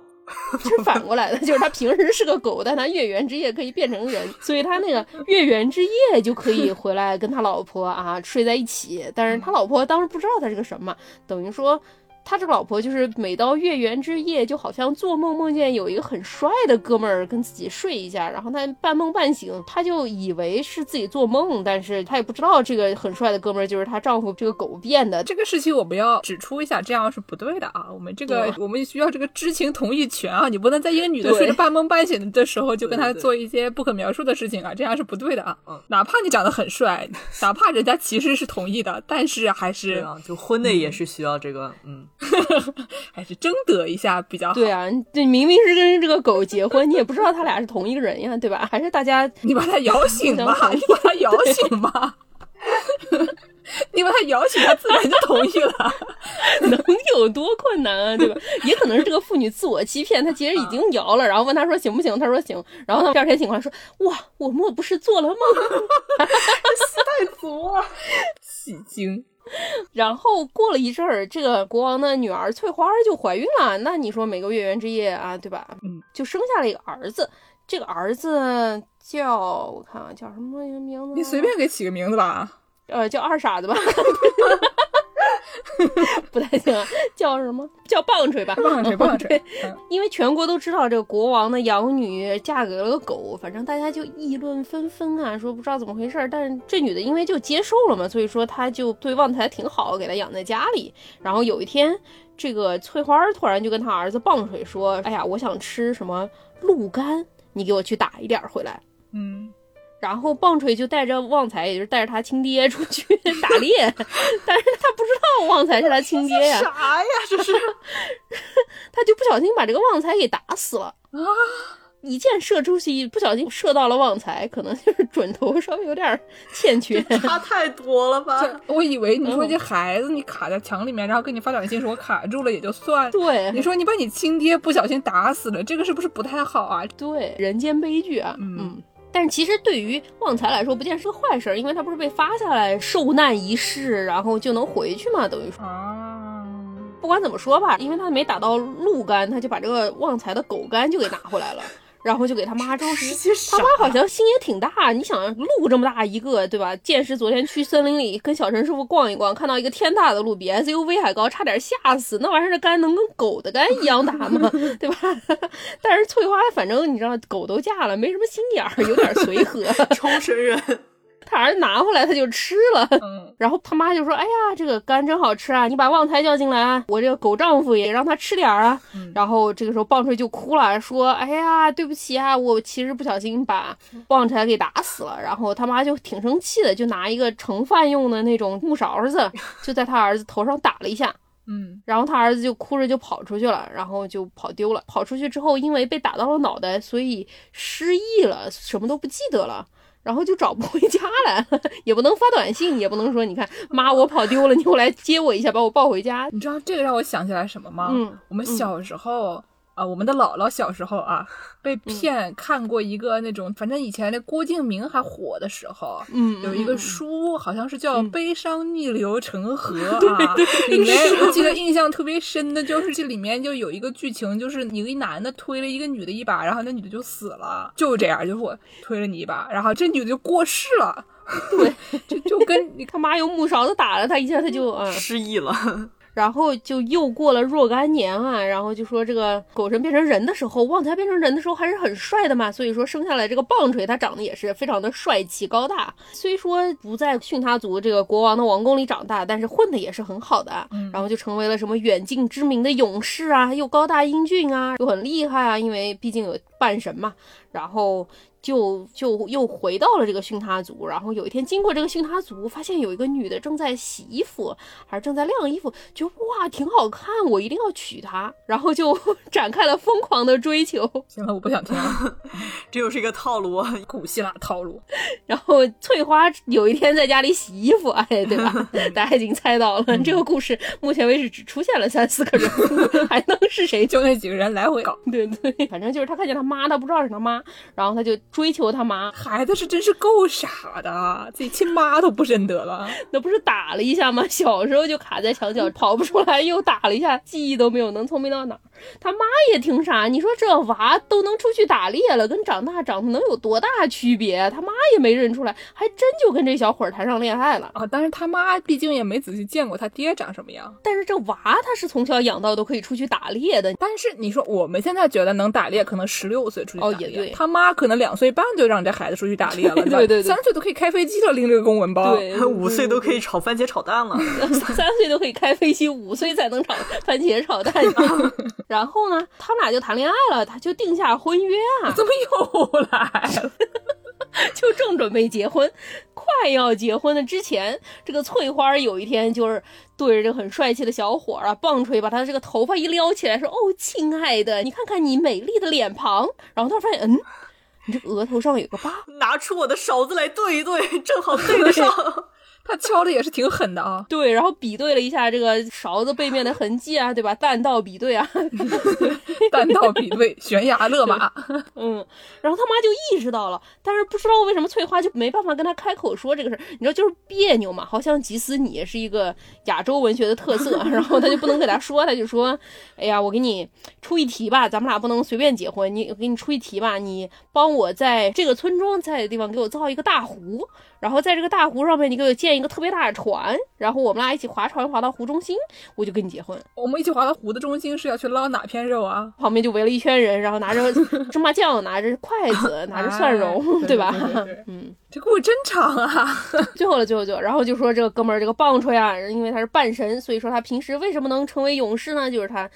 A: 是反过来的，就是它平时是个狗，但它月圆之夜可以变成人，所以它那个月圆之夜就可以回来跟他老婆啊睡在一起。但是他老婆当时不知道他是个什么，等于说他这个老婆就是每到月圆之夜，就好像做梦梦见有一个很帅的哥们儿跟自己睡一下，然后他半梦半醒，他就以为是自己做梦，但是他也不知道这个很帅的哥们儿就是她丈夫这个狗变的。
B: 这个事情我们要指出一下，这样是不对的啊！我们这个我们需要这个知情同意权啊！你不能在一个女的
A: 对
B: 睡着半梦半醒的时候就跟她
C: 对对
B: 做一些不可描述的事情啊，这样是不对的啊！
C: 嗯
B: 哪怕你长得很帅，哪怕人家其实是同意的，但是还
C: 对
B: 是、
C: 啊，就婚内也是需要这个，嗯，
B: 还是征得一下比较好。
A: 对啊，你明明是跟这个狗结婚，你也不知道他俩是同一个人呀，对吧？还是大家
B: 你把他摇醒
A: 互相
B: 吧，
A: 同
B: 你把他摇醒吧，你把他摇醒，他自然就同意了。
A: 能有多困难啊，对吧？ *laughs* 也可能是这个妇女自我欺骗，她其实已经摇了，然后问她说行不行，她说行，然后她第二天醒过来说，哇，我莫不是做了梦？
C: 太足了，
B: 戏精，
A: *laughs* 然后过了一阵儿，这个国王的女儿翠花儿就怀孕了，那你说每个月圆之夜啊，对吧？
B: 嗯，
A: 就生下了一个儿子，这个儿子叫我看啊，叫什么名字啊？
B: 你随便给起个名字吧。
A: 呃，叫二傻子
B: *laughs*
A: 吧， *laughs* 不太行啊，叫什么？叫棒槌吧，
B: 棒槌，棒
A: *laughs*
B: 槌
A: 对，因为全国都知道这个国王的养女嫁给了个狗，反正大家就议论纷纷啊，说不知道怎么回事儿。但是这女的因为就接受了嘛，所以说她就对旺财挺好，给她养在家里。然后有一天，这个翠花儿突然就跟她儿子棒槌说：“哎呀，我想吃什么鹿肝，你给我去打一点儿回来。”
B: 嗯，
A: 然后棒槌就带着旺财，也就是带着他亲爹出去打猎，但是 *laughs* 他不知道旺财是他亲爹呀、
C: 啥呀？这是
A: 他就不小心把这个旺财给打死了
B: 啊！
A: 一箭射出去，不小心射到了旺财，可能就是准头稍微有点儿欠
B: *laughs*
A: 缺。
C: 差太多了吧？
B: 我以为你说这孩子你卡在墙里面，然后给你发短信说我卡住了也就算。你
A: 对
B: 说你把你亲爹不小心打死了，这个是不是不太好啊？
A: *laughs* 对，人间悲剧啊！
B: 嗯
A: 嗯。但是其实对于旺财来说，不见是个坏事儿，因为他不是被发下来受难一世，然后就能回去嘛，等于说。
B: 啊，
A: 不管怎么说吧，因为他没打到鹿肝，他就把这个旺财的狗肝就给拿回来了，然后就给他妈
C: 吃
A: 吃。
C: 些啥
A: 他？妈好像心也挺大，啊你想鹿这么大一个，对吧？见识昨天去森林里跟小陈师傅逛一逛，看到一个天大的鹿，比 SUV 还高，差点吓死。那玩意儿的肝能跟狗的肝一样大吗？ *laughs* 对吧？但是翠花反正你知道，狗都嫁了，没什么心眼儿，有点随和。
C: 冲绳人，
A: 他儿子拿回来他就吃了，
B: 嗯，
A: 然后他妈就说：“哎呀，这个肝真好吃啊！你把旺财叫进来啊，我这个狗丈夫也让他吃点儿啊。
B: 嗯
A: 然后这个时候棒槌就哭了，说：“哎呀，对不起啊，我其实不小心把旺财给打死了。”然后他妈就挺生气的，就拿一个盛饭用的那种木勺子，就在他儿子头上打了一下。
B: 嗯，
A: 然后他儿子就哭着就跑出去了，然后就跑丢了。跑出去之后，因为被打到了脑袋，所以失忆了，什么都不记得了。然后就找不回家来了，也不能发短信，也不能说你看妈我跑丢了，你给我来接我一下，把我抱回家。
B: 你知道这个让我想起来什么吗？
A: 嗯，
B: 我们小时候、啊，我们的姥姥小时
A: *laughs*
B: 候啊，被
A: 嗯
B: 骗看过一个那种，反正以前那郭敬明还火的时候。
A: 嗯，
B: 有一个书，好像是叫
A: 嗯
B: 《悲伤逆流成河》啊，里面我记得印象特别深的就是这里面就有一个剧情，就是你一男的推了一个女的一把，然后那女的就死了，就这样，就是我推了你一把，然后这女的就过世了， *laughs* 对，就就跟你
A: 他妈用木勺子打了他一下，他就嗯。
C: 失忆了。
A: 然后就又过了若干年啊，然后就说这个狗神变成人的时候，旺财变成人的时候还是很帅的嘛，所以说生下来这个棒槌他长得也是非常的帅气高大。虽说不在逊他族这个国王的王宫里长大，但是混的也是很好的啊。然后就成为了什么远近知名的勇士啊，又高大英俊啊，又很厉害啊，因为毕竟有半神嘛。然后就就又回到了这个逊他族，然后有一天经过这个逊他族，发现有一个女的正在洗衣服，还是正在晾衣服，觉得哇挺好看，我一定要娶她，然后就 *laughs* 展开了疯狂的追求，
B: 行了，我不想
A: *laughs*
B: 听了，
C: 这又是一个套路啊。
B: 古希腊套路。
A: 然后翠花有一天在家里洗衣服，哎，对吧？大家已经猜到了，这个故事目前为止只出现了三四个人物，还能是谁？ *laughs*
B: 就那几个人来回搞，
A: 对对，反正就是他看见他妈，他不知道是他妈，然后他就追求他妈，
B: 孩子是真是够傻的，自己亲妈都不认得了。
A: 那不是打了一下吗？ *laughs* 小时候就卡在墙角，跑不出来，又打了一下，记忆都没有，能聪明到哪儿？他妈也挺傻，你说这娃都能出去打猎了，跟长大长得能有多大区别？啊他妈也没认出来，还真就跟这小伙儿谈上恋爱了。
B: 啊，但是他妈毕竟也没仔细见过他爹长什么样。
A: 但是这娃他是从小养到都可以出去打猎的，
B: 但是你说我们现在觉得能打猎，可能十六岁出去打
A: 哦
B: 猎，
A: 也对
B: 他妈可能两岁半就让这孩子出去打
A: *laughs*
B: 猎了，
A: 对
B: 你知道
A: 对对对
B: 三岁都可以开飞机了，拎这个公文包。
A: 对，
C: 五岁都可以炒番茄炒蛋了，
A: 三岁都可以开飞机，五岁才能炒番茄炒蛋。然后呢，他们俩就谈恋爱了，他就定下婚约啊，
B: 怎么又来了？ *laughs*
A: 就正准备结婚，快要结婚的之前，这个翠花有一天就是对着这个很帅气的小伙儿啊，棒槌把他这个头发一撩起来，说：“哦，亲爱的，你看看你美丽的脸庞。”然后他发现，嗯，你这个额头上有个疤，
C: 拿出我的勺子来对一对，正好对得上。
B: 他敲的也是挺狠的啊，
A: 对，然后比对了一下这个勺子背面的痕迹啊，对吧？弹道比对啊，
B: 单道比对，悬崖勒
A: *laughs*
B: 马。
A: 嗯，然后他妈就意识到了，但是不知道为什么翠花就没办法跟他开口说这个事儿，你知道就是别扭嘛，好像吉斯你是一个亚洲文学的特色，然后他就不能给他说，他就说，哎呀，我给你出一题吧，咱们俩不能随便结婚，你我给你出一题吧，你帮我在这个村庄在的地方给我造一个大湖，然后在这个大湖上面你给我建一个特别大的船，然后我们俩一起划船划到湖中心，我就跟你结婚。
B: 我们一起滑到湖的中心是要去捞哪片肉啊？
A: 旁边就围了一圈人，然后拿着芝麻酱，拿着筷子，拿着蒜蓉，
B: 哎
A: 对吧？
B: 对对对
A: 嗯，
B: 这故事真长啊！
A: 最后了，最后就，然后就说这个哥们儿这个棒槌啊，因为他是半神，所以说他平时为什么能成为勇士呢？就是他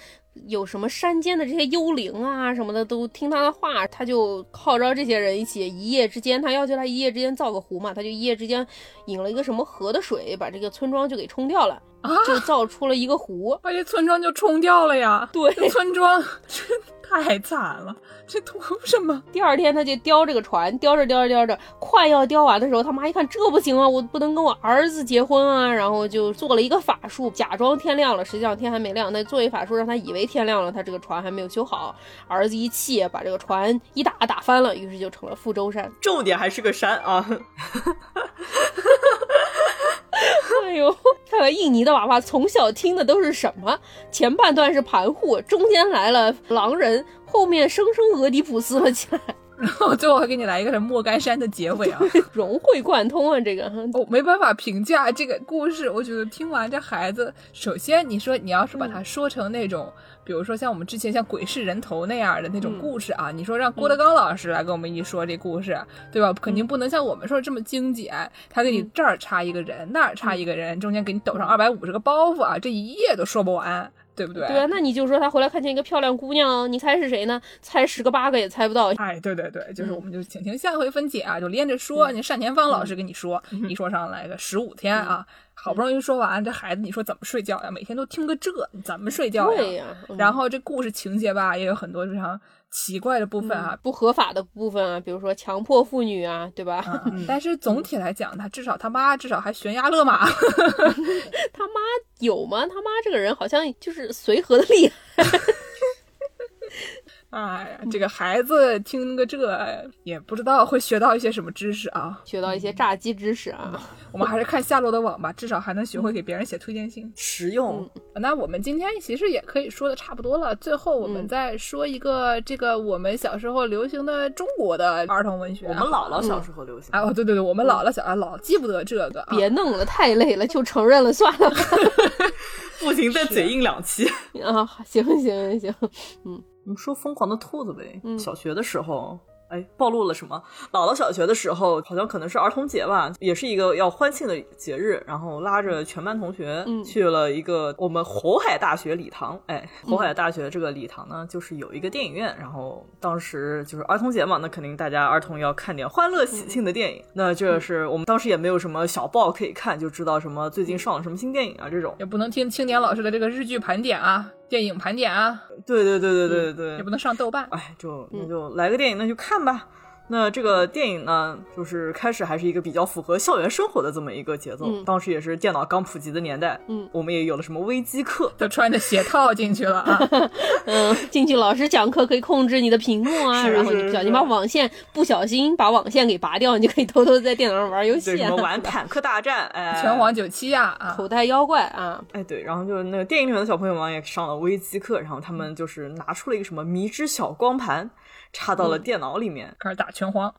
A: 有什么山间的这些幽灵啊什么的都听他的话，他就号召这些人一起一夜之间，他要求他一夜之间造个湖嘛，他就一夜之间引了一个什么河的水，把这个村庄就给冲掉了，
B: 啊，
A: 就造出了一个湖。
B: 把这村庄就冲掉了呀！
A: 对，
B: 这村庄真太惨了，这图什么？ *laughs*
A: 第二天他就雕这个船，雕着雕着雕着，快要雕完的时候，他妈一看这不行啊，我不能跟我儿子结婚啊，然后就做了一个法术，假装天亮了，实际上天还没亮，那做一法术让他以为天亮了，他这个船还没有修好，儿子一气把这个船一打打翻了，于是就成了覆舟山。
C: 重点还是个山啊，
A: 哎呦，看看印尼的娃娃从小听的都是什么？前半段是盘户，中间来了狼人，后面生生俄狄浦斯了起来，
B: 我最后还给你来一个什么莫干山的结尾啊！
A: 融会贯通啊，这个
B: 我没办法评价这个故事，我觉得听完这孩子，首先你说你要是把
A: 嗯
B: 它说成那种，比如说像我们之前像《鬼市人头》那样的那种
A: 嗯
B: 故事啊，你说让郭德纲老师来跟我们一说这故事，对吧？肯定不能像我们说的这么精简，他给你
A: 嗯
B: 这儿插一个人，那儿插一个人，中间给你抖上二百五十个包袱啊，这一页都说不完，对不对？
A: 对啊，那你就说他回来看见一个漂亮姑娘，你猜是谁呢？猜十个八个也猜不到。
B: 哎，对对对，就是
A: 嗯
B: 我们就请听下回分解啊，就连着说。你单田芳老师跟你说，
A: 嗯
B: 一说上来个十五天啊，好不容易说完，这孩子你说怎么睡觉呀？每天都听个这，你怎么睡觉
A: 对
B: 呀？
A: 呀、嗯
B: 然后这故事情节吧，也有很多非常奇怪的部分啊。
A: 嗯不合法的部分啊，比如说强迫妇女啊，对吧？
B: 啊但是总
A: 嗯
B: 体来讲，他至少他妈至少还悬崖
A: *laughs*
B: 勒马，
A: *laughs* 他妈有吗？他妈这个人好像就是随和的厉害。 *laughs* 嗯
B: 哎呀，这个孩子听个这也不知道会学到一些什么知识啊。
A: 学到一些炸鸡知识啊，
B: 我们还是看下落的网吧，至少还能学
A: 嗯
B: 会给别人写推荐信。
C: 实用。
B: 那我们今天其实也可以说的差不多了，最后我们
A: 嗯
B: 再说一个这个我们小时候流行的中国的儿童文学啊。
C: 我们姥姥小时候流行，
B: 啊，哦，对对对，我们姥姥小啊老记不得这个啊。
C: *laughs*
A: 别弄了，太累了，就承认了算了。
C: 不行，再嘴硬两期。
A: *laughs* 啊，行行行，
C: 我们说疯狂的兔子呗。
A: 嗯
C: 小学的时候，哎，暴露了什么？姥姥小学的时候，好像可能是儿童节吧，也是一个要欢庆的节日，然后拉着全班同学
A: 嗯
C: 去了一个我们侯海大学礼堂。哎，
A: 嗯
C: 侯海大学这个礼堂呢，就是有一个电影院，然后当时就是儿童节嘛，那肯定大家儿童要看点欢乐
A: 嗯
C: 喜庆的电影。那这是我们当时也没有什么小报可以看，就知道什么
A: 嗯
C: 最近上了什么新电影啊这种。
B: 也不能听青年老师的这个日剧盘点啊、电影盘点啊，
C: 对对对对对对对，
B: 也不能上豆瓣。
C: 哎，就那
A: 嗯
C: 就来个电影，那就看吧。那这个电影呢，就是开始还是一个比较符合校园生活的这么一个节奏。
A: 嗯
C: 当时也是电脑刚普及的年代，
A: 嗯，
C: 我们也有了什么微机课，
B: 就穿着鞋套进去了啊！
A: 嗯，进去老师讲课可以控制你的屏幕啊，
C: 是
A: 然后
C: 是
A: 你不小
C: 是
A: 心把网线不小心把网线给拔掉，你就可以偷偷地在电脑上玩游
C: 对
A: 戏
C: 什
A: 啊
C: 么，
A: *laughs*
C: 玩坦克大战，哎，
B: 拳皇九七呀啊！
A: 口袋妖怪啊，
C: 哎，对，然后就是那个电影里面的小朋友们也上了微机课，然后他
A: 嗯
C: 们就是拿出了一个什么迷之小光盘，插
A: 嗯
C: 到了电脑里面，
B: 开始打拳皇，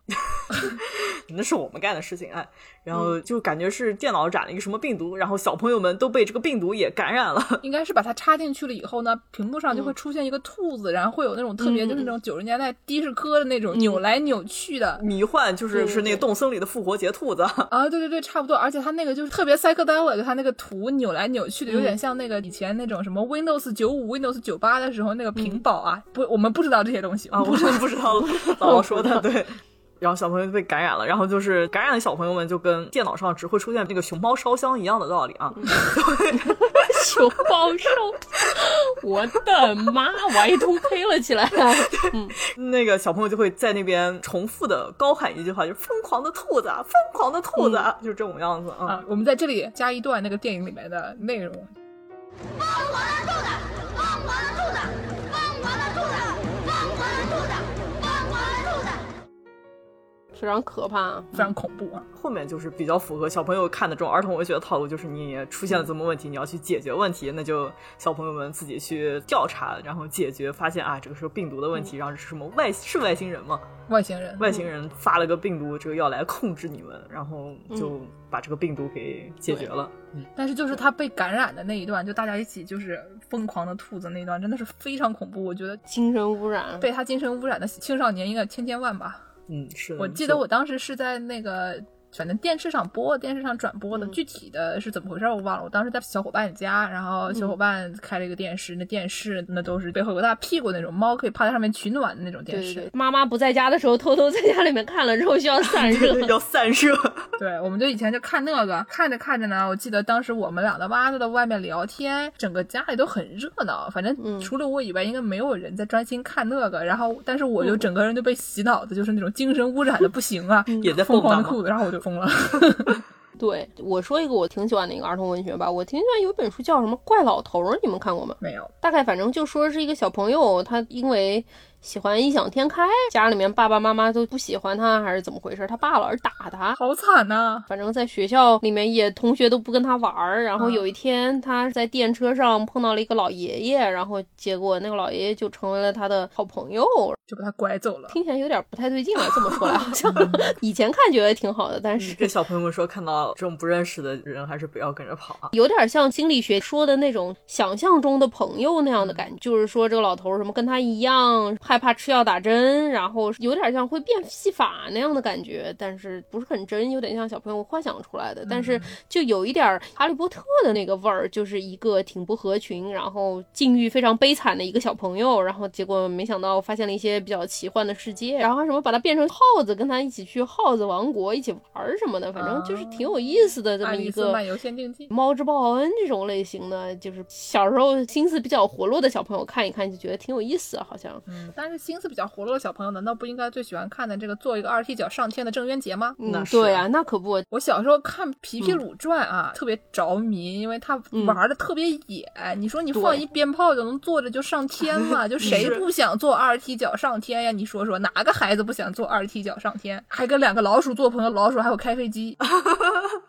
C: 那是我们干的事情，哎，然
A: 嗯
C: 后就感觉是电脑染了一个什么病毒，然后小朋友们都被这个病毒也感染了， *laughs*
B: 应该是把它插进去了以后呢，屏幕上就会出现一个兔子，然后会有那种特别
A: 嗯
B: 就是那种九十年代的士科的那种扭来扭去的。
C: 迷幻就是
A: 对对
C: 是那个
A: 对
C: 动森里的复活节兔子。
B: 啊，对对对，差不多，而且它那个就是特别 psychedelic，它那个图扭来扭去的，有
A: 嗯
B: 点像那个以前那种什么 Windows 九五、Windows 九八的时候那个屏保啊，不，我们不知道这些东西
C: 啊，嗯我真的不知道姥姥说的对。然后小朋友就被感染了，然后就是感染的小朋友们就跟电脑上只会出现那个熊猫烧香一样的道理啊，
A: *laughs* 熊抱兽，我的妈，我一通黑了起来啊，
C: 那个小朋友就会在那边重复的高喊一句话，就是疯狂的兔子，啊，疯狂的兔子，啊，就是这种样子啊。
B: 啊。我们在这里加一段那个电影里面的内容，
D: 疯狂的兔子，疯狂的兔子，疯狂的兔子，疯狂的兔子，疯狂的兔子。
A: 非常可怕啊。
B: 非常恐怖啊。
C: 后面就是比较符合小朋友看的这种儿童文学的套路，就是你出现了什么问题，你要去解决问题，那就小朋友们自己去调查，然后解决，发现啊这个是病毒的问题，然后是什么外是外星人吗？
B: 外星人，
C: 外星人发了个病毒，这个要来控制你们，然后
B: 嗯
C: 就把这个病毒给解决了。
B: 但是就是他被感染的那一段，就大家一起就是疯狂的兔子那一段，真的是非常恐怖。我觉得
A: 精神污染，
B: 被他精神污染的青少年应该千千万吧。
C: 嗯，是的。
B: 我记得
C: *laughs*
B: 我当时是在那个反正电视上播，电视上转播的，
A: 嗯
B: 具体的是怎么回事儿我忘了。我当时在小伙伴家，然后小
C: 嗯，
B: 伙伴开了一个电视，那电视那都是背后有个大屁股那种，猫可以趴在上面取暖的那种
A: 对
B: 电
A: 对
B: 视。
A: 对，妈妈不在家的时候，偷偷在家里面看了之后需要散 *laughs* 热
C: 要散射，
B: 对，我们就以前就看那个，看着看着呢，我记得当时我们俩的妈都在外面聊天，整个家里都很热闹，反正
A: 嗯
B: 除了我以外，应该没有人在专心看那个。然后，但是我
C: 嗯
B: 就整个人就被洗脑的，就是那种精神污染的不行啊，
C: 也嗯在
B: 疯狂的
C: 蹦跶吗？
B: 裤子，然后我就疯了。 *laughs*
A: 对，我说一个我挺喜欢的一个儿童文学吧，我挺喜欢有一本书叫什么《怪老头》，你们看过吗？
B: 没有，
A: 大概反正就说是一个小朋友，他因为喜欢异想天开，家里面爸爸妈妈都不喜欢他，还是怎么回事？他爸老是打他。
B: 好惨呐、
A: 反正，在学校里面也同学都不跟他玩儿。然后
B: 嗯
A: 有一天，他在电车上碰到了一个老爷爷，然后结果那个老爷爷就成为了他的好朋友。
B: 就把他拐走了。
A: 听起来有点不太对劲啊，这么说来好像以前看觉得挺好的，但是
C: 跟小朋友们说，看到这种不认识的人，还是不要跟着跑啊。
A: 有点像心理学说的那种想象中的朋友那样的感觉，就是说这个老头儿什么跟他一样害怕吃药打针，然后有点像会变戏法那样的感觉，但是不是很真，有点像小朋友幻想出来的，但
B: 嗯
A: 是就有一点儿哈利波特的那个味儿，就是一个挺不合群，然后境遇非常悲惨的一个小朋友，然后结果没想到发现了一些比较奇幻的世界，然后还什么把他变成耗子，跟他一起去耗子王国一起玩儿什么的，反正就是挺有意思的这
B: 啊爱
A: 么一
B: 丽
A: 个
B: 丝漫游仙境记，
A: 猫之报恩这种类型的，就是小时候心思比较活络的小朋友看一看就觉得挺有意思，好像。
B: 嗯，但是心思比较活络的小朋友，难道不应该最喜欢看的这个做一个二踢脚上天的郑渊洁吗？
A: 嗯
C: 那，是
A: 对啊，那可不，
B: 我小时候看《皮皮
A: 嗯
B: 鲁传》啊，特别着迷，因为他玩的特别野。你说你放
A: 对
B: 一鞭炮就能坐着就上天
A: *laughs*
B: 了，就谁
C: 是
B: 不想坐二踢脚上天呀？你说说，哪
A: *laughs*
B: 个孩子不想坐二踢脚上天？还跟两个老鼠做朋友，老鼠还有开飞机，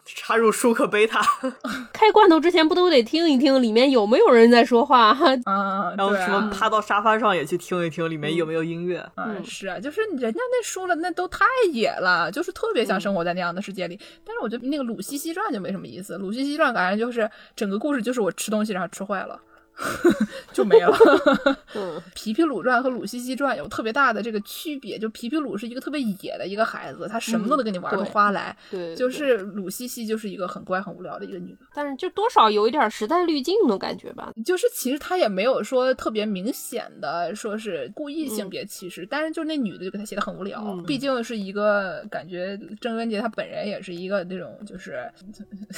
C: 插入舒克贝塔，
B: 嗯
A: 开罐头之前不都得听一听里面有没有人在说话？ *laughs* 哈
B: 啊，
C: 然后
B: 对啊
C: 什么趴到沙发上也去听一听里面有没有音乐。，
B: 嗯，是啊，就是人家那说了，那都太野了，就是特别
A: 嗯
B: 想生活在那样的世界里。但是我觉得那个《鲁西西传》就没什么意思，《鲁西西传》感觉就是整个故事就是我吃东西然后吃坏了。 *laughs* 就没了。 *laughs*
A: 嗯，
B: 皮皮鲁传和鲁西西传有特别大的这个区别，就皮皮鲁是一个特别野的一个孩子，他什么都能跟你玩出
A: 嗯对
B: 花来，
A: 对，
B: 就
A: 对
B: 是鲁西西就是一个很乖很无聊的一个女的。
A: 但是就多少有一点时代滤镜的感觉 *laughs* 吧。
B: 就是其实他也没有说特别明显的说是故意性别歧视，但是就那女的就给他写的很无聊，
A: 嗯
B: 毕竟是一个感觉郑渊洁他本人也是一个那种就是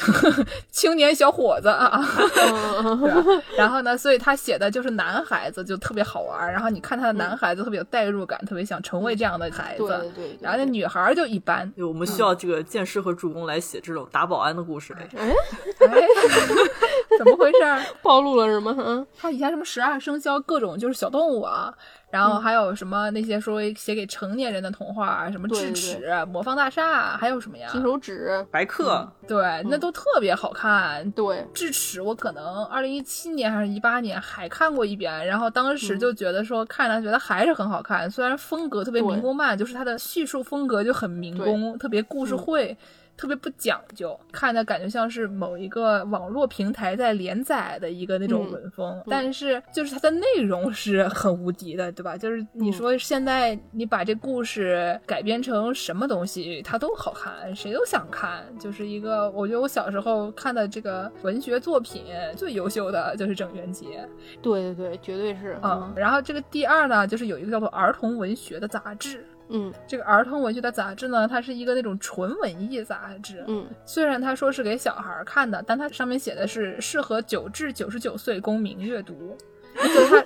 B: *laughs* 青年小伙子啊。
A: *laughs* 嗯
B: 对吧 *laughs* 然后呢，所以他写的就是男孩子就特别好玩儿，然后你看他的男孩子特别有代入感，特别想成为这样的孩子，
A: 嗯对对对，
B: 然后那
A: 对
B: 女孩儿就一般
C: 对，我们需要
B: 嗯
C: 这个剑师和主公来写这种打保安的故事。
A: 哎
B: 哎， *laughs* 怎么回事儿？
A: 暴露了什么？嗯
B: 他以前什么十二生肖各种就是小动物啊，然
A: 嗯
B: 后还有什么那些说写给成年人的童话啊，什么
A: 对对
B: 智齿、魔方大厦，啊还有什么呀？
A: 金手指，
C: 白客，
B: 对，
A: 嗯
B: 那都特别好看。
A: 对，
B: 智齿，我可能二零一七年还是一八年还看过一遍，然后当
A: 嗯
B: 时就觉得说看了觉得还是很好看，虽然风格特别
A: 对
B: 民工漫，就是它的叙述风格就很民工，特别故事
A: 嗯
B: 会，特别不讲究，看的感觉像是某一个网络平台在连载的一个那种
A: 嗯
B: 文风，但是就是它的内容是很无敌的，对吧？就是
A: 嗯
B: 你说现在你把这故事改编成什么东西，它都好看，谁都想看，就是一个我觉得我小时候看的这个文学作品最优秀的就是郑渊洁，
A: 对对对，绝对是。
B: 嗯，然后这个第二呢，就是有一个叫做儿童文学的杂志。
A: 嗯
B: 这个儿童文学的杂志呢，它是一个那种纯文艺杂志，
A: 嗯
B: 虽然它说是给小孩儿看的，但它上面写的是适合九至九十九岁公民阅读，就是它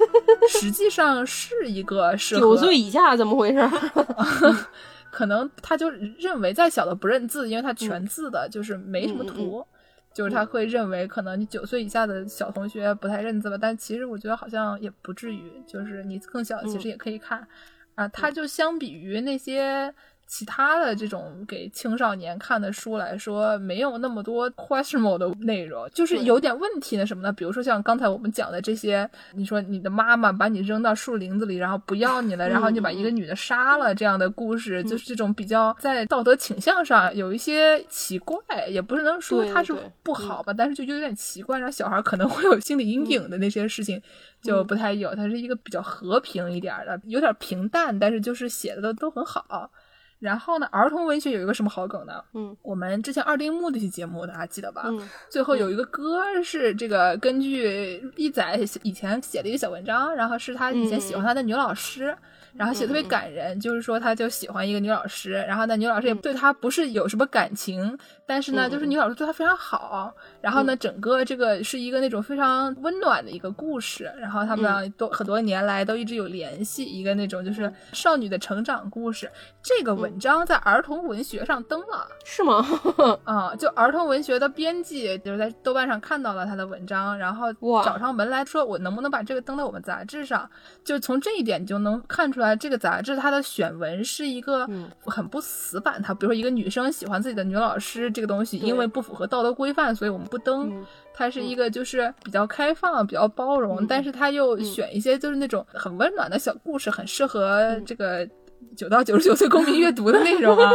B: 实际上是一个适
A: 嗯，
B: 合
A: 九岁以下怎么回事？
B: *laughs* 可能他就认为再小的不认字，因为他全字的，就是没什么图。就是他会认为，可能你九岁以下的小同学不太认字吧，但其实我觉得好像也不至于，就是你更小其实也可以看，啊，它就相比于那些其他的这种给青少年看的书来说，没有那么多 questionable 的内容，就是
A: 对
B: 有点问题的什么呢？比如说像刚才我们讲的这些，你说你的妈妈把你扔到树林子里，然后不要你了，然后你把一个
A: 嗯
B: 女的杀了这样的故事，就是这种比较在道德倾向上有一些奇怪，也不是能说
A: 对
B: 它是
A: 对嗯
B: 不好吧，但是就有点奇怪，让小孩可能会有心理阴影的那些事
A: 嗯
B: 情。就不太有，它是一个比较和平一点儿的，有点平淡，但是就是写的都都很好。然后呢，儿童文学有一个什么好梗呢？
A: *laughs* 嗯
B: 我们之前二丁目那期节目大家记得吧？
A: 嗯
B: 最后有一个歌是这个根据一仔以前写的一个小文章，然后是他以前喜
A: 嗯
B: 欢他的女老师，然后写得特别感人，就是说他就喜欢一个女老师，然后呢女老师也对他不是有什么感情，但是呢
A: 嗯
B: 就是女老师对他非常好，然后呢整个这个是一个那种非常温暖的一个故事，然后他们俩
A: 嗯
B: 都很多年来都一直有联系，一个那种就是少女的成长故事。这个
A: 嗯
B: 文章在儿童文学上登了。
A: 是吗？ *laughs*
B: 啊、就儿童文学的编辑就是在豆瓣上看到了他的文章，然后
A: 哇
B: 找上门来说，我能不能把这个登到我们杂志上？就从这一点你就能看出来，这个杂志它的选文是一个
A: 嗯
B: 很不死板。它比如说一个女生喜欢自己的女老师这个东西，
A: 对
B: 因为不符合道德规范，所以我们不登。
A: 嗯
B: 它是一个就是比较开放、比较包容，
A: 嗯
B: 但是它又
A: 嗯
B: 选一些就是那种很温暖的小故事，很适合
A: 嗯
B: 这个九到九十九岁公民阅读的内
A: *laughs*
B: 容啊。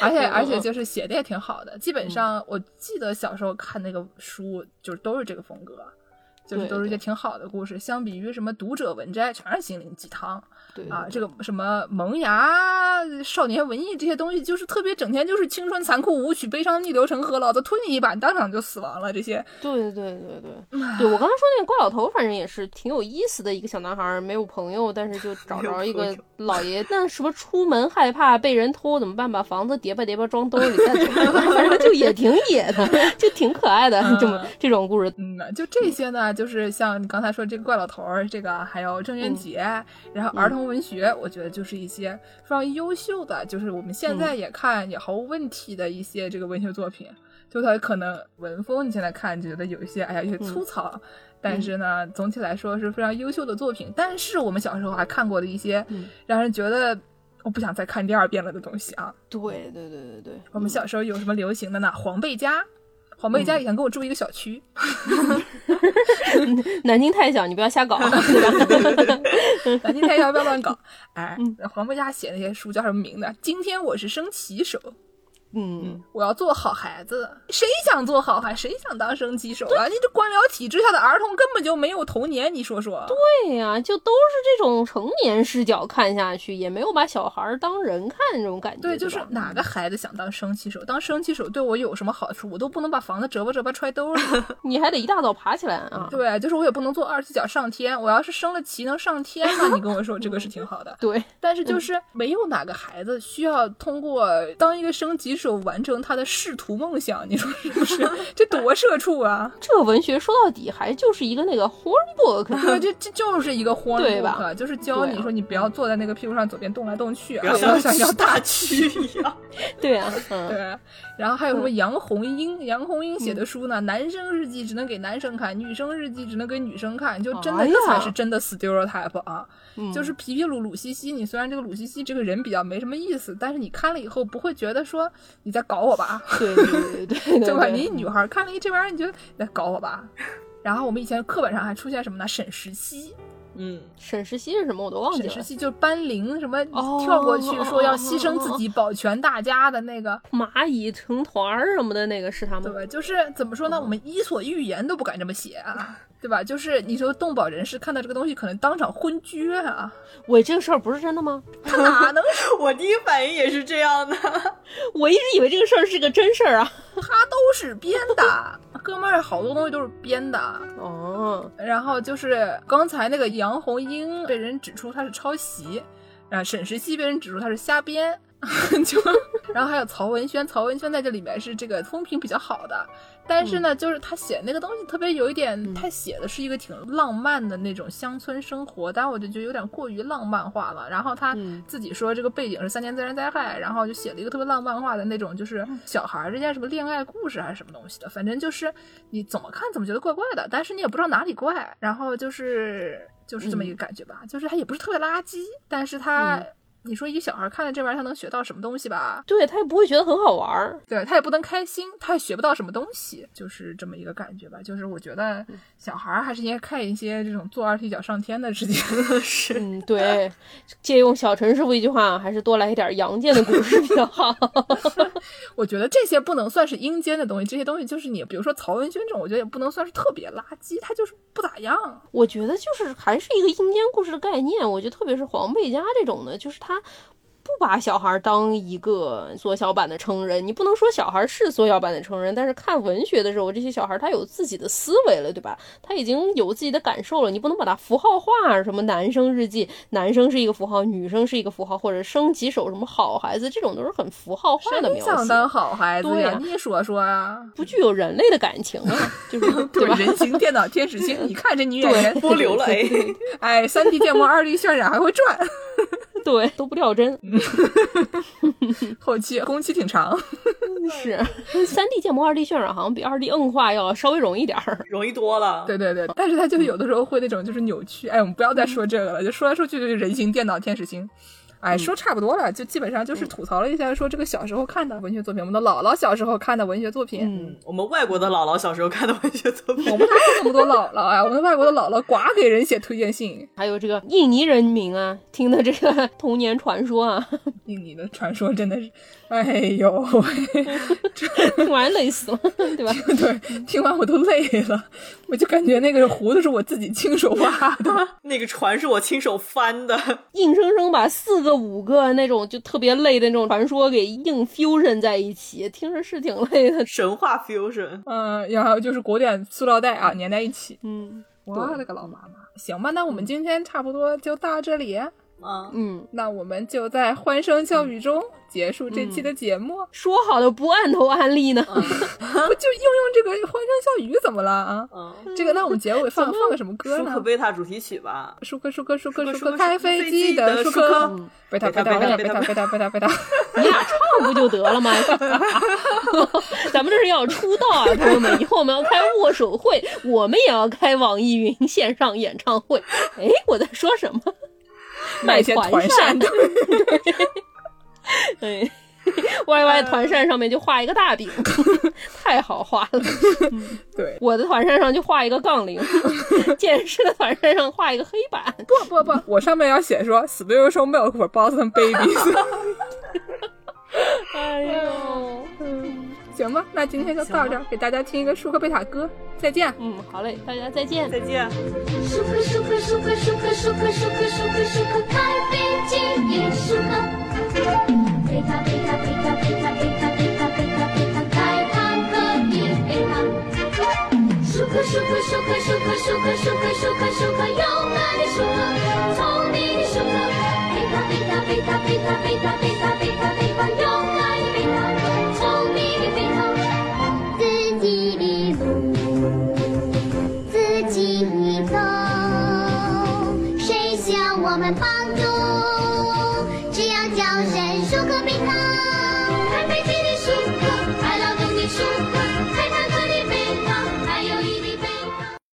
B: 而且
A: 嗯嗯嗯
B: 而且就是写的也挺好的，基本上我记得小时候看那个书，就是都是这个风格。就是
A: 对
B: 都是一些
A: 对
B: 挺好的故事，相比于什么读者文摘，全是心灵鸡汤
A: 对
B: 啊，这个什么萌芽、少年文艺这些东西，就是特别整天就是青春残酷无趣、悲伤逆流成河，老子推你一把，你当场就死亡了这些。
A: 对对对对对，我刚刚说那个怪老头，反正也是挺有意思的一个小男孩儿，没有朋友，但是就找
C: 没有
A: 着一
C: 朋
A: 个
C: 友
A: 老爷。那什么出门害怕被人偷怎么办？把房子叠吧叠吧装兜里再走，反正就也挺野的，就挺可爱的这么这种故事。
B: 嗯，就这些呢，就是像你刚才说这个怪老头儿，这个还有郑渊洁，然后儿童文学，我觉得就是一些非常优秀的，就是我们现在也看也毫无问题的一些这个文学作品。就它可能文风，你现在看觉得有一些哎呀有些粗糙，但是呢，总体来说是非常优秀的作品。但是我们小时候还看过的一些
A: 嗯
B: 让人觉得。我不想再看第二遍了的东西啊。
A: 对对对对对，
B: 我们小时候有什么流行的呢？黄贝佳，黄贝佳以前跟我住一个小区，
A: *laughs* 南京太小，你不要瞎搞。
B: 南京太要不要乱搞？哎，
A: 嗯
B: 黄贝佳写那些书叫什么名字？啊今天我是升旗手，
A: 嗯，
B: 我要做好孩子。谁想做好孩？谁想当升旗手啊？你这官僚体制下的儿童根本就没有童年，你说说？
A: 对呀、就都是这种成年视角看下去，也没有把小孩儿当人看这种感觉。
B: 对，
A: 对，
B: 就是哪个孩子想当升旗手？当升旗手对我有什么好处？我都不能把房子折吧折吧揣
A: *laughs*
B: 兜里。
A: 你还得一大早爬起来啊。
B: 对，就是我也不能做二十四脚上天。我要是升了旗能上天吗？你跟我说这个是挺好的。
A: 对，
B: 但是
A: 嗯
B: 就是没有哪个孩子需要通过当一个升旗手完成他的仕途梦想，你说是不是？这多社畜啊！
A: 这个文学说到底还就是一个那个 hornbook，
B: 对，这这就是一个荒
A: 对
B: 谬
A: 吧
B: 啊，就是教
A: 对
B: 你
A: 啊
B: 说你不要坐在那个屁股上左边动来动去
C: 不
B: 啊，
C: 要
B: 不要
C: 像
B: 像要
C: 吃大蛆
B: *laughs*
C: 一样。
A: *laughs* 对啊， *laughs* 嗯，
B: 对，然后还有什么杨红樱？杨红樱写的书呢？男生日记只能给男生看，女生日记只能给女生看，就真的、
A: 哎呀
B: 这才是真的 stereotype 啊！
A: 嗯
B: 就是皮皮鲁鲁西西，你虽然这个鲁西西这个人比较没什么意思，但是你看了以后不会觉得说你在搞我吧，
A: 对对对对 *laughs* 对
B: 对
A: 对
B: 吧？你一女孩看了一这玩意儿，你觉得你在搞我吧？然后我们以前课本上还出现什么呢？沈石溪，
C: 嗯，
A: 沈石溪是什么我都忘记
B: 沈
A: 了
B: 石。溪就是班铃什么
A: 哦
B: 跳过去说要牺牲自己保全大家的那个，
A: 蚂蚁成团儿什么的那个是他们
B: 对，就是怎么说呢？我们《伊索寓言》都不敢这么写啊，对吧？就是你说动保人士看到这个东西，可能当场昏厥啊，
A: 喂，这个事儿不是真的吗？
B: 他哪能？ *laughs*
C: 我第一反应也是这样的。
A: 我一直以为这个事儿是个真事儿啊。
B: 他都是编的，哥们儿，好多东西都是编的。啊
A: 哦，
B: 然后就是刚才那个杨红樱被人指出他是抄袭，啊，沈石溪被人指出他是瞎编， *laughs* 就，然后还有曹文轩，曹文轩在这里面是这个风评比较好的，但是呢，就是他写那个东西特别有一点，他写的是一个挺浪漫的那种乡村生活，但我就觉得有点过于浪漫化了。然后他
A: 嗯
B: 自己说这个背景是三年自然灾害，然后就写了一个特别浪漫化的那种，就是小孩儿之间什么恋爱故事还是什么东西的，反正就是你怎么看怎么觉得怪怪的，但是你也不知道哪里怪，然后就是就是这么一个感觉吧，就是他也不是特别垃圾，但是他。你说一个小孩儿看了这玩意儿，他能学到什么东西吧？
A: 对他也不会觉得很好玩 *laughs* 儿。
B: 对他也不能开心，他也学不到什么东西，就是这么一个感觉吧。就是我觉得小孩儿还是应该看一些这种坐二踢脚上天的事情。 *laughs* 是，
A: 嗯，对，借用小陈师傅一句话，还是多来一点阳间的故事比较好。
B: 我觉得这些不能算是阴间的东西，这些东西就是你，比如说曹文轩这种，我觉得也不能算是特别垃圾，他就是不咋样。
A: 我觉得就是还是一个阴间故事的概念。我觉得特别是黄贝佳这种的，就是他不把小孩当一个缩小版的成人。你不能说小孩是缩小版的成人，但是看文学的时候，这些小孩他有自己的思维了，对吧？他已经有自己的感受了，你不能把它符号化。什么男生日记，男生是一个符号，女生是一个符号，或者升旗手什么好孩子，这种都是很符号化的
B: 谁
A: 描写。
B: 想当好孩子
A: 对
B: 呀
A: 呀？
B: 你说说啊。
A: 不具有人类的感情啊， *laughs* 就是 *laughs* 对吧？
B: 人形电脑天使星，你看这女演员，
C: 波流了哎，
B: *laughs*
C: *laughs*
B: 哎，三 D 建模、二 D 渲染还会转，
A: 对，都不掉帧，
B: 后期工期挺长。 *laughs*
A: 是 *laughs* 三 D 建模、二 D 渲染好像比二 D 硬化要稍微容易点儿。
C: 容易多了。
B: 对对对，但是他就是有的时候会那种就是扭曲。哎，我们不要再说这个了，就说来说去就是人形电脑天使星。哎，
A: 嗯
B: 说差不多了，就基本上就是吐槽了一下，说这个小时候看的文学作品，我们的姥姥小时候看的文学作品，
A: 嗯，
C: 我们外国的姥姥小时候看的文学作品
B: 我，们哪有那么多姥姥呀、我们外国的姥姥寡给人写推荐信，
A: 还有这个印尼人民啊，听的这个 *laughs* 童年传说啊， *laughs*
B: 印尼的传说真的是，哎呦喂， *laughs*
A: 听完累死了，对吧？
B: 对，听完我都累了，我就感觉那个胡子是我自己亲手挖的。 *laughs*
C: 那个船是我亲手翻的。
A: 硬生生把四个、五个那种就特别累的那种传说给硬 fusion 在一起，听着是挺累的。 *laughs*
C: 神话 fusion，
B: 嗯，然后就是古典塑料袋啊，粘在一起。
A: 嗯
B: 我勒个老妈妈！行吧，那我们今天差不多就到这里，
C: 啊，
A: 嗯，
B: 那我们就在欢声笑语中结束这期的节目。 *laughs*
A: 说好的不按头安利呢？
B: 不就应用这个欢声笑语怎么了啊？
C: 嗯，
B: 这个，那我们结尾放放个什么歌
C: 舒克
B: 呢？
C: 贝塔主题曲吧。
B: 舒克舒克舒克
C: 舒克
B: 舒
C: 舒克
B: 克，开飞机的舒
C: 舒克
B: 克，贝塔贝塔贝塔贝
C: 贝塔
B: 塔贝塔贝塔贝塔。
A: 你俩唱不就得了吗？咱们这是要出道啊，朋友们！以后我们要开握手会，我们也要开网易云线上演唱会。哎，我在说什么？卖
B: 卖一些团
A: 扇
B: 扇
A: 对，Y Y 团扇上面就画一个大饼，太好画了。
B: 对，
A: 我的团扇上就画一个杠铃，健身的团扇上画一个黑板。
B: *laughs* 不不 *laughs* 不，我上面要写说 “spill some milk for Boston *laughs* babies”。
A: 哎呦，
B: 行吧，那今天就到这儿，给大家听一个舒克贝塔歌，再见。
A: 嗯，好嘞，大家再见。
C: 再见。
D: 舒克舒克舒克舒克舒克舒克舒克舒克开飞机也舒克，贝塔贝塔贝塔贝塔贝塔贝塔贝塔贝塔开它可以贝塔。舒克舒克舒克舒克舒克舒克舒克舒克勇敢的舒克，聪明的舒克，贝塔贝塔贝塔贝塔贝塔贝塔贝塔贝塔勇敢的贝塔，聪明的贝塔，自己的路。自己走，谁向我们帮助